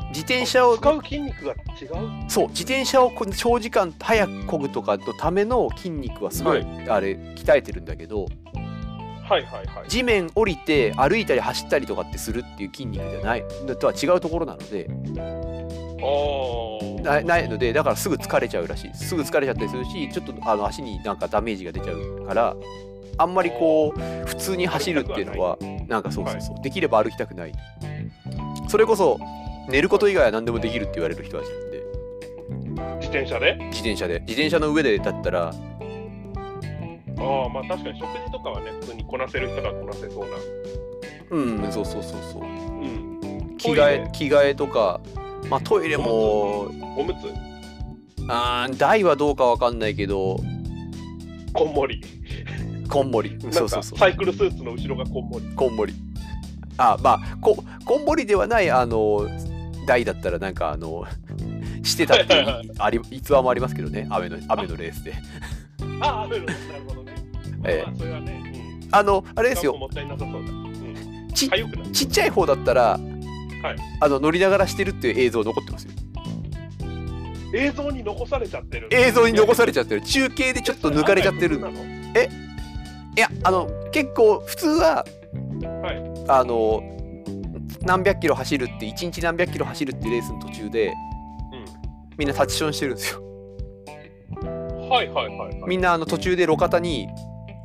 Speaker 1: 自転車を
Speaker 2: 使う筋肉が違う
Speaker 1: そう自転車をこう長時間早く漕ぐとかのための筋肉はすごい、あれ鍛えてるんだけど
Speaker 2: はいはいはい。
Speaker 1: 地面降りて歩いたり走ったりとかってするっていう筋肉じゃないとは違うところなので
Speaker 2: あ
Speaker 1: なないのでだからすぐ疲れちゃうらしいすぐ疲れちゃったりするしちょっとあの足になんかダメージが出ちゃうからあんまりこう普通に走るっていうのはなんかそうそうそうできれば歩きたくないそれこそ寝ること以外は何でもできるって言われる人たちなんで
Speaker 2: あ。自転車で
Speaker 1: 自転車で自転車の上でだったら
Speaker 2: ああ、まあ確かに食事とかはね、普通にこなせる人がこなせそうな。
Speaker 1: うんそうそうそうそう
Speaker 2: うん。
Speaker 1: 着替
Speaker 2: トイ
Speaker 1: え
Speaker 2: レ
Speaker 1: 着替えとかまあトイレも
Speaker 2: おむつ、
Speaker 1: あー台はどうかわかんないけど
Speaker 2: こんもり。
Speaker 1: こんもり
Speaker 2: な
Speaker 1: そ
Speaker 2: ん
Speaker 1: うそ
Speaker 2: か
Speaker 1: うそう
Speaker 2: サイクルスーツの後ろがこんもり。
Speaker 1: こんもりあまあここんもりではないあの台だったらなんかあの [LAUGHS] してたっていういあり逸話もありますけどね雨の雨のレースで
Speaker 2: ああ、なるほどね。
Speaker 1: [LAUGHS] ええ
Speaker 2: まあ、それはね、うん。
Speaker 1: あのあれ
Speaker 2: で
Speaker 1: ですよ
Speaker 2: もったいなさそうだ。うん。
Speaker 1: ち
Speaker 2: かゆくなる。
Speaker 1: ちっちゃい方だったら、
Speaker 2: はい
Speaker 1: あの乗りながらしてるっていう映像残ってますよ
Speaker 2: 映像に残されちゃってる。
Speaker 1: 映像に残されちゃってる中継でちょっと抜かれちゃってる
Speaker 2: なの
Speaker 1: いやあの結構普通は、
Speaker 2: はい
Speaker 1: あの何百キロ走るって一日何百キロ走るってレースの途中で、みんなタッチションしてるんですよ
Speaker 2: はいはいはいはい。
Speaker 1: みんなあの途中で路肩に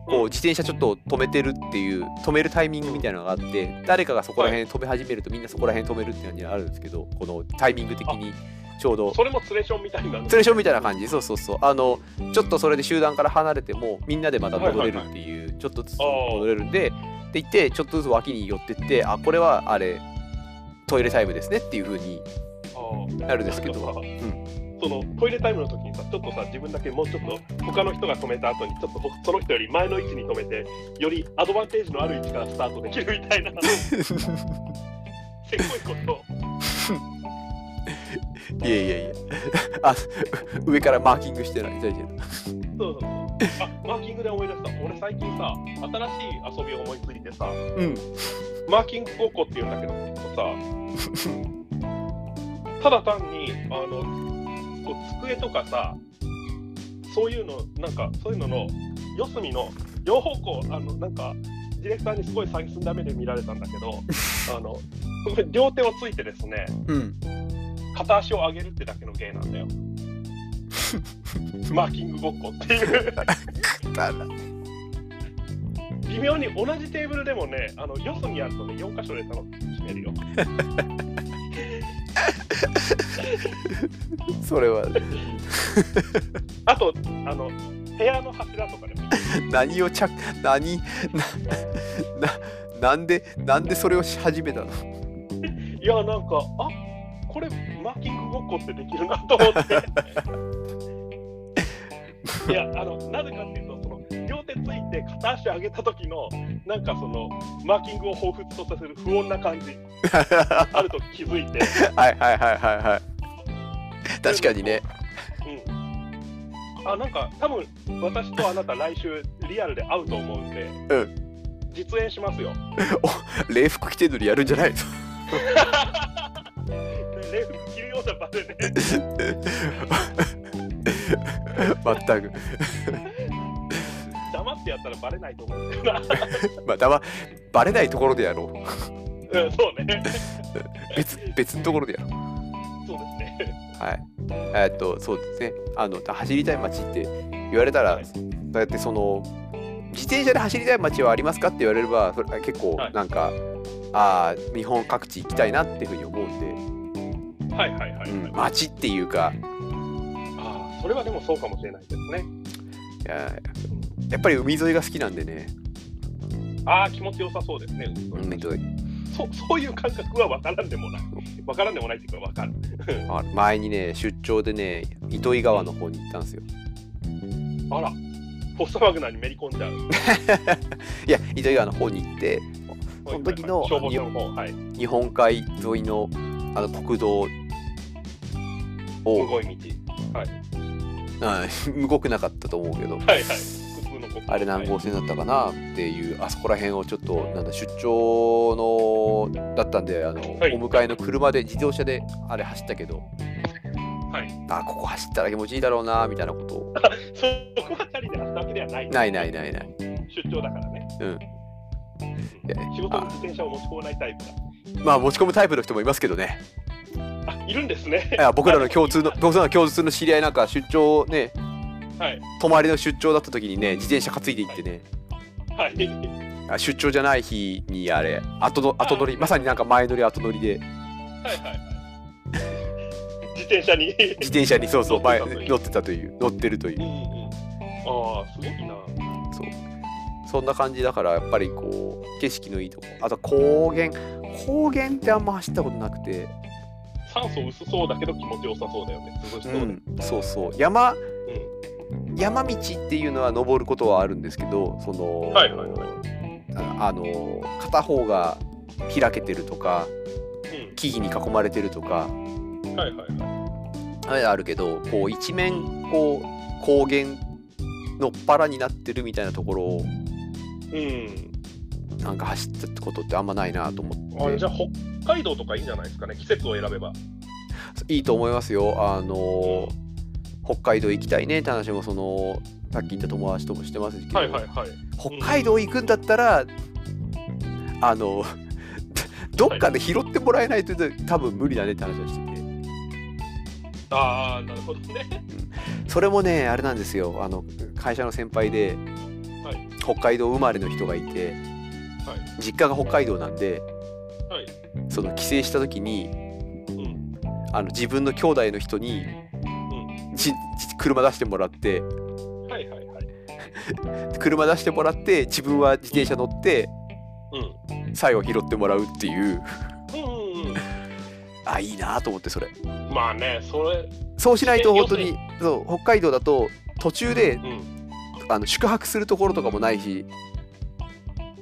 Speaker 1: こ
Speaker 2: う
Speaker 1: う自転車ちょっと止めてるっていう止めるタイミングみたいなのがあって誰かがそこら辺止め始めるとみんなそこら辺止めるっていう感じがあるんですけどこのタイミング的にちょうど
Speaker 2: それもツレションみたいなの。
Speaker 1: ツレションみたいな感じそうそうそうあのちょっとそれで集団から離れてもみんなでまた戻れるっていう、ちょっとずつ戻れるんでって言ってちょっとずつ脇に寄ってってあこれはあれトイレタイムですねっていう風に
Speaker 2: ああ。
Speaker 1: なるんですけど
Speaker 2: なんかさ
Speaker 1: ん
Speaker 2: そのトイレタイムの時にさちょっとさ自分だけもうちょっと他の人が止めた後にちょっとほその人より前の位置に止めてよりアドバンテージのある位置からスタートできるみたいな
Speaker 1: [LAUGHS]
Speaker 2: せっこいこと
Speaker 1: [LAUGHS] いやいやいやあ上からマーキングしてない大丈夫
Speaker 2: そうそうそうあマーキングで思い出した俺最近さ新しい遊びを思いついてさ
Speaker 1: うん
Speaker 2: マーキング高校っていうんだけどさただ単にあのこう机とかさそういうのなんかそういうのの四隅の両方向あのなんかディレクターにすごい詐欺すんだ目で見られたんだけどあの両手をついてですね
Speaker 1: うん
Speaker 2: 片足を上げるってだけの芸なんだよマーキングごっこっていう
Speaker 1: だな
Speaker 2: 微妙に同じテーブルでもねあの四隅あるとね4箇所で楽しめるよ
Speaker 1: それは
Speaker 2: あとあの部屋の柱とかでも
Speaker 1: 何をちゃ何なななんでなんでそれをし始めたの [LAUGHS]
Speaker 2: いやなんかあこれマーキングごっこってできるなと思っていやあのなぜかっていうとその両手ついて片足上げた時のなんかそのマーキングを彷彿とさせる不穏な感じあると気づいて、
Speaker 1: はいはいはいはいはい確かにね
Speaker 2: うん、あなんか多分私とあなた来週リアルで会うと思うんで、
Speaker 1: う
Speaker 2: 実演しますよ
Speaker 1: 礼服着てるのにやるんじゃないの
Speaker 2: 礼服着るような場でね
Speaker 1: 全く
Speaker 2: 黙ってやったらバレないと思うんだよな
Speaker 1: まあだまバレないところでやろう
Speaker 2: うんそうね
Speaker 1: 別別のところでやろう
Speaker 2: そうですね
Speaker 1: はいえーっとそうですねあの走りたい街って言われたら
Speaker 2: はい
Speaker 1: だってその自転車で走りたい街はありますかって言われればそれ結構
Speaker 2: はい
Speaker 1: なんか、ああ日本各地行きたいなっていうふうに思うんで、
Speaker 2: はいはいはい、はい
Speaker 1: うん、街っていうか
Speaker 2: あーそれはでもそうかもしれないですね
Speaker 1: いややっぱり海沿いが好きなんでね、
Speaker 2: ああ気持ちよさそうですね、うん
Speaker 1: 海沿い
Speaker 2: そそういう感覚は分からんでもない分からんでもないっていうか分かる
Speaker 1: あ前にね出張でね糸魚川の方に行ったんですよ [LAUGHS]
Speaker 2: あらフォストワグナーにめり込んじゃう
Speaker 1: いや糸魚川の方に行ってその時の
Speaker 2: 消防署の方はい
Speaker 1: 日本海沿いのあの国道
Speaker 2: す
Speaker 1: を
Speaker 2: ごい道
Speaker 1: うん [LAUGHS] 動くなかったと思うけど
Speaker 2: はいはい。普通の国
Speaker 1: あれ何号線だったかなっていうあそこら辺をちょっとなんだ出張のだったんであの、
Speaker 2: はい
Speaker 1: お迎えの車で自動車であれ走ったけど
Speaker 2: はい。
Speaker 1: あここ走ったら気持ちいいだろうなみたいなことを
Speaker 2: そこばかりであったわけではない。
Speaker 1: ないないないない
Speaker 2: 出張だからね。
Speaker 1: うん
Speaker 2: 仕事の自転車を持ち込まないタイプ
Speaker 1: まあ持ち込むタイプの人もいますけどね
Speaker 2: だ。あ、いるんですね
Speaker 1: い。や僕らの共通の僕らの共通の知り合いなんか出張ね
Speaker 2: はい。
Speaker 1: 泊まりの出張だった時にね自転車担いで行ってね
Speaker 2: はい。
Speaker 1: あ出張じゃない日にあれ後の後乗りまさになんか前乗り後乗りで
Speaker 2: はいはい。自転車 [LAUGHS] に。
Speaker 1: 自転車にそうそう前
Speaker 2: 乗ってたという
Speaker 1: 乗ってたという乗ってるという
Speaker 2: うんうん。ああ、すごいな。
Speaker 1: そうそんな感じだからやっぱりこう景色のいいとこあと高原高原ってあんま走ったことなくて
Speaker 2: 酸素薄そうだけど気持ちよさそうだよね。涼しそうで。うん。
Speaker 1: そうそう山山道っていうのは登ることはあるんですけどその、
Speaker 2: はいはいはい
Speaker 1: ああの片方が開けてるとか木々に囲まれてるとか
Speaker 2: うん。はいはいはい。
Speaker 1: あれあるけどこう一面こう高原のっ腹になってるみたいなところを
Speaker 2: うん。
Speaker 1: なんか走ったってことってあんまないなと思
Speaker 2: あ
Speaker 1: っ
Speaker 2: じ
Speaker 1: て
Speaker 2: ゃあ北海道とかいいんじゃないですかね。季節を選べば。
Speaker 1: いいと思いますよあの北海道行きたいねって話もそのさっき言った友達ともしてますけど、
Speaker 2: はいはいはい。
Speaker 1: 北海道行くんだったらあの [LAUGHS] どっかで拾ってもらえないと多分無理だねって話をしてて
Speaker 2: ああ、なるほどね。
Speaker 1: それもねあれなんですよあの会社の先輩で、
Speaker 2: はい
Speaker 1: 北海道生まれの人がいて、
Speaker 2: は
Speaker 1: 実家が北海道なんで
Speaker 2: はい。
Speaker 1: その帰省した時に
Speaker 2: うん。
Speaker 1: あの自分の兄弟の人に、じじ車出してもらって
Speaker 2: はいはいはい。
Speaker 1: 車出してもらって自分は自転車乗って
Speaker 2: う
Speaker 1: 最後拾ってもらうっていう
Speaker 2: ん。うんうん
Speaker 1: あいいなと思ってそれ
Speaker 2: うん。まあね、それ。
Speaker 1: そうしないと
Speaker 2: え
Speaker 1: 本当
Speaker 2: 要
Speaker 1: にそう北海道だと途中で
Speaker 2: うん。
Speaker 1: あの宿泊するところとかもないし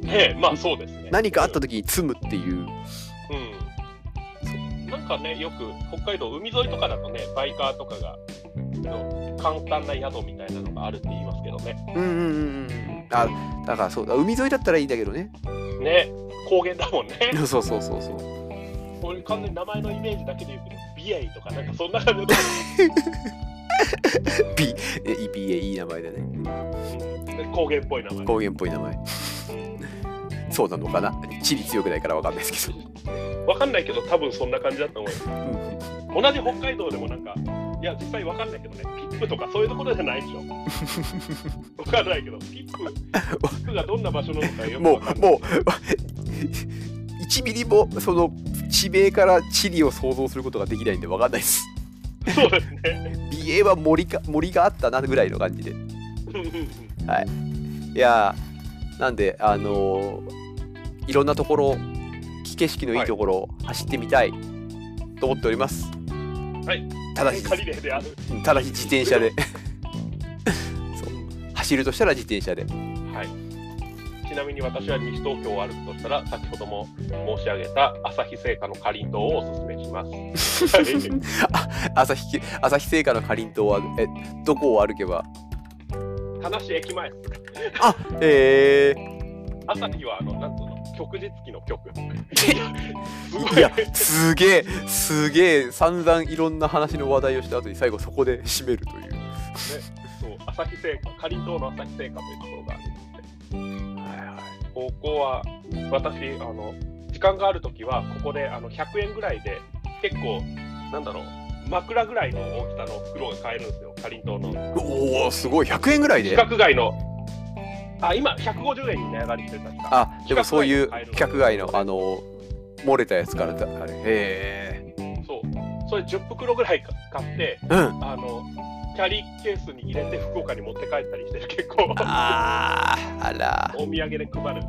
Speaker 2: ねえ、まあそうですね。
Speaker 1: 何かあった時に積むっていう
Speaker 2: うん。なんかね、よく北海道、海沿いとかだとね、バイカーとかが、の簡単な宿みたいなのがあるって言いますけどね。
Speaker 1: うんうんうんうんあだからそうだ海沿いだったらいいんだけどね [LAUGHS]
Speaker 2: ね、高原だもんね。
Speaker 1: そうそうそうそう
Speaker 2: 俺、完全に名前のイメージだけで言うけど、美瑛とか、なんかそんな感じのと
Speaker 1: [LAUGHS]
Speaker 2: こ
Speaker 1: B え EPA いい名前だね
Speaker 2: うん高原っぽい名前。
Speaker 1: 高原っぽい名前そうなのかな地理強くないからわかんないですけど
Speaker 2: わかんないけど、多分そんな感じだと思います。
Speaker 1: うん
Speaker 2: 同じ北海道でもなんか、いや、実際わかんないけどね、ピップとかそういうところじ
Speaker 1: [LAUGHS]
Speaker 2: ゃないでしょ。わかんないけど、ピップ、ピップがどんな場所なのかよく
Speaker 1: も
Speaker 2: わかん
Speaker 1: う
Speaker 2: ない。
Speaker 1: もう [LAUGHS] 1ミリもその地名から地理を想像することができないんでわかんないです
Speaker 2: そうですね。
Speaker 1: 美瑛は森か森があったなぐらいの感じでいやーなんであのーいろんなところ景色のいいところを走ってみたいと思っております
Speaker 2: はい
Speaker 1: ただし
Speaker 2: 仮例である。
Speaker 1: [LAUGHS] ただし自転車で [LAUGHS] そう走るとしたら自転車で
Speaker 2: はい。ちなみに私は西東京を歩くとしたら、先ほども申し上げた朝日製菓のかりんとうをおすすめします。
Speaker 1: [LAUGHS]
Speaker 2: はい
Speaker 1: 朝日き朝日製菓のかりんとうはえどこを歩けば
Speaker 2: 田無駅前です。
Speaker 1: あえー、
Speaker 2: 朝日はあの、なんとの、旭日記の曲。
Speaker 1: い
Speaker 2: [LAUGHS] す
Speaker 1: やすげえすげえ散々いろんな話の話題をした後に最後そこで締めるという
Speaker 2: そう、朝日製菓、かりんとうの朝日製菓というところがありまして、ここは私、あの時間があるときは、ここであの100円ぐらいで、結構、なんだろう、枕ぐらいの大きさの袋が買えるんですよ、かりんとうの。
Speaker 1: おおすごい100円ぐらい
Speaker 2: 規
Speaker 1: で
Speaker 2: 格外の、あ、今、150円に値上がりしてるんですか。
Speaker 1: あでもそういう規
Speaker 2: 規
Speaker 1: 格
Speaker 2: 格
Speaker 1: 外
Speaker 2: 外
Speaker 1: の
Speaker 2: の
Speaker 1: あの漏れたやつからだあれへえ
Speaker 2: そう、それ10袋ぐらいか買って、
Speaker 1: うん
Speaker 2: あのキャリーケースに入れて、福岡に持って帰ったりして、
Speaker 1: [LAUGHS]
Speaker 2: 結構、
Speaker 1: あーあら
Speaker 2: お土産で配る。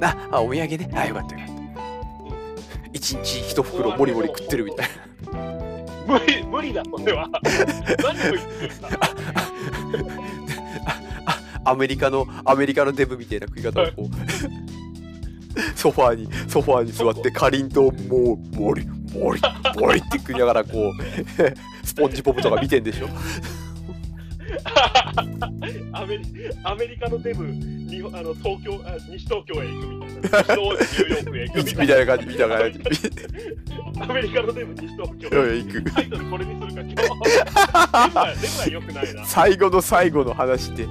Speaker 1: ああお土産ねあよかったよかった一日一袋モリモリ食ってるみたい
Speaker 2: 無理無理だ
Speaker 1: [LAUGHS]
Speaker 2: それは何を言ってるんだ
Speaker 1: なアメリカのアメリカのデブみたいな食い方をこうソファーにソファーに座ってかりんとうもうモリモリモリって食いながらこうスポンジポブとか見てんでしょ
Speaker 2: [LAUGHS] アメリアメリカのデブにあの東京あ西東京へ行くみたいな西東ニューヨークへ行く
Speaker 1: み
Speaker 2: み
Speaker 1: たい
Speaker 2: た
Speaker 1: な [LAUGHS]
Speaker 2: いな
Speaker 1: 感じみたいな感じ
Speaker 2: アメリカのデブ西東京へ
Speaker 1: 行く
Speaker 2: タイトルこれにするか今日デブはデブは良くないな
Speaker 1: 最後の最後の話でい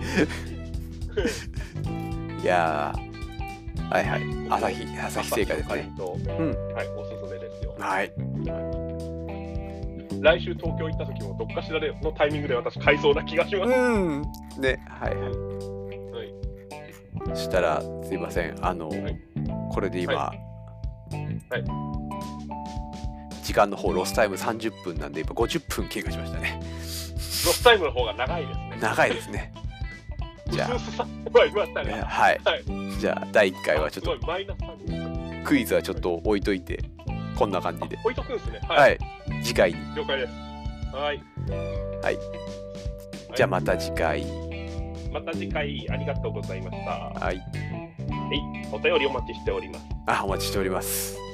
Speaker 1: やーはいはい朝日朝日製菓ですね
Speaker 2: うんはいおすすめですよ
Speaker 1: はい
Speaker 2: 来週東京行った時もどっかしらでのタイミングで私買いそうな気がします
Speaker 1: うんねはいは
Speaker 2: はい
Speaker 1: いそしたらすいませんあの、
Speaker 2: はい
Speaker 1: これで今、
Speaker 2: ははい
Speaker 1: 時間の方ロスタイム30分なんで今50分経過しましたね
Speaker 2: ロスタイムの方が長いですね
Speaker 1: 長いですねじゃ
Speaker 2: うすうすさはいました
Speaker 1: あ
Speaker 2: が
Speaker 1: はい
Speaker 2: はい
Speaker 1: じゃあ第1回はちょっ
Speaker 2: すご
Speaker 1: と
Speaker 2: いマイナス三
Speaker 1: クイズはちょっと置いといてこんな感じで
Speaker 2: 置いとくんですね。はい。
Speaker 1: はい次回に
Speaker 2: 了解です。はい。
Speaker 1: はい
Speaker 2: はい
Speaker 1: じゃあまた次回
Speaker 2: また次回ありがとうございました。は
Speaker 1: はい
Speaker 2: い。お便りお待ちしております。
Speaker 1: あお待ちしております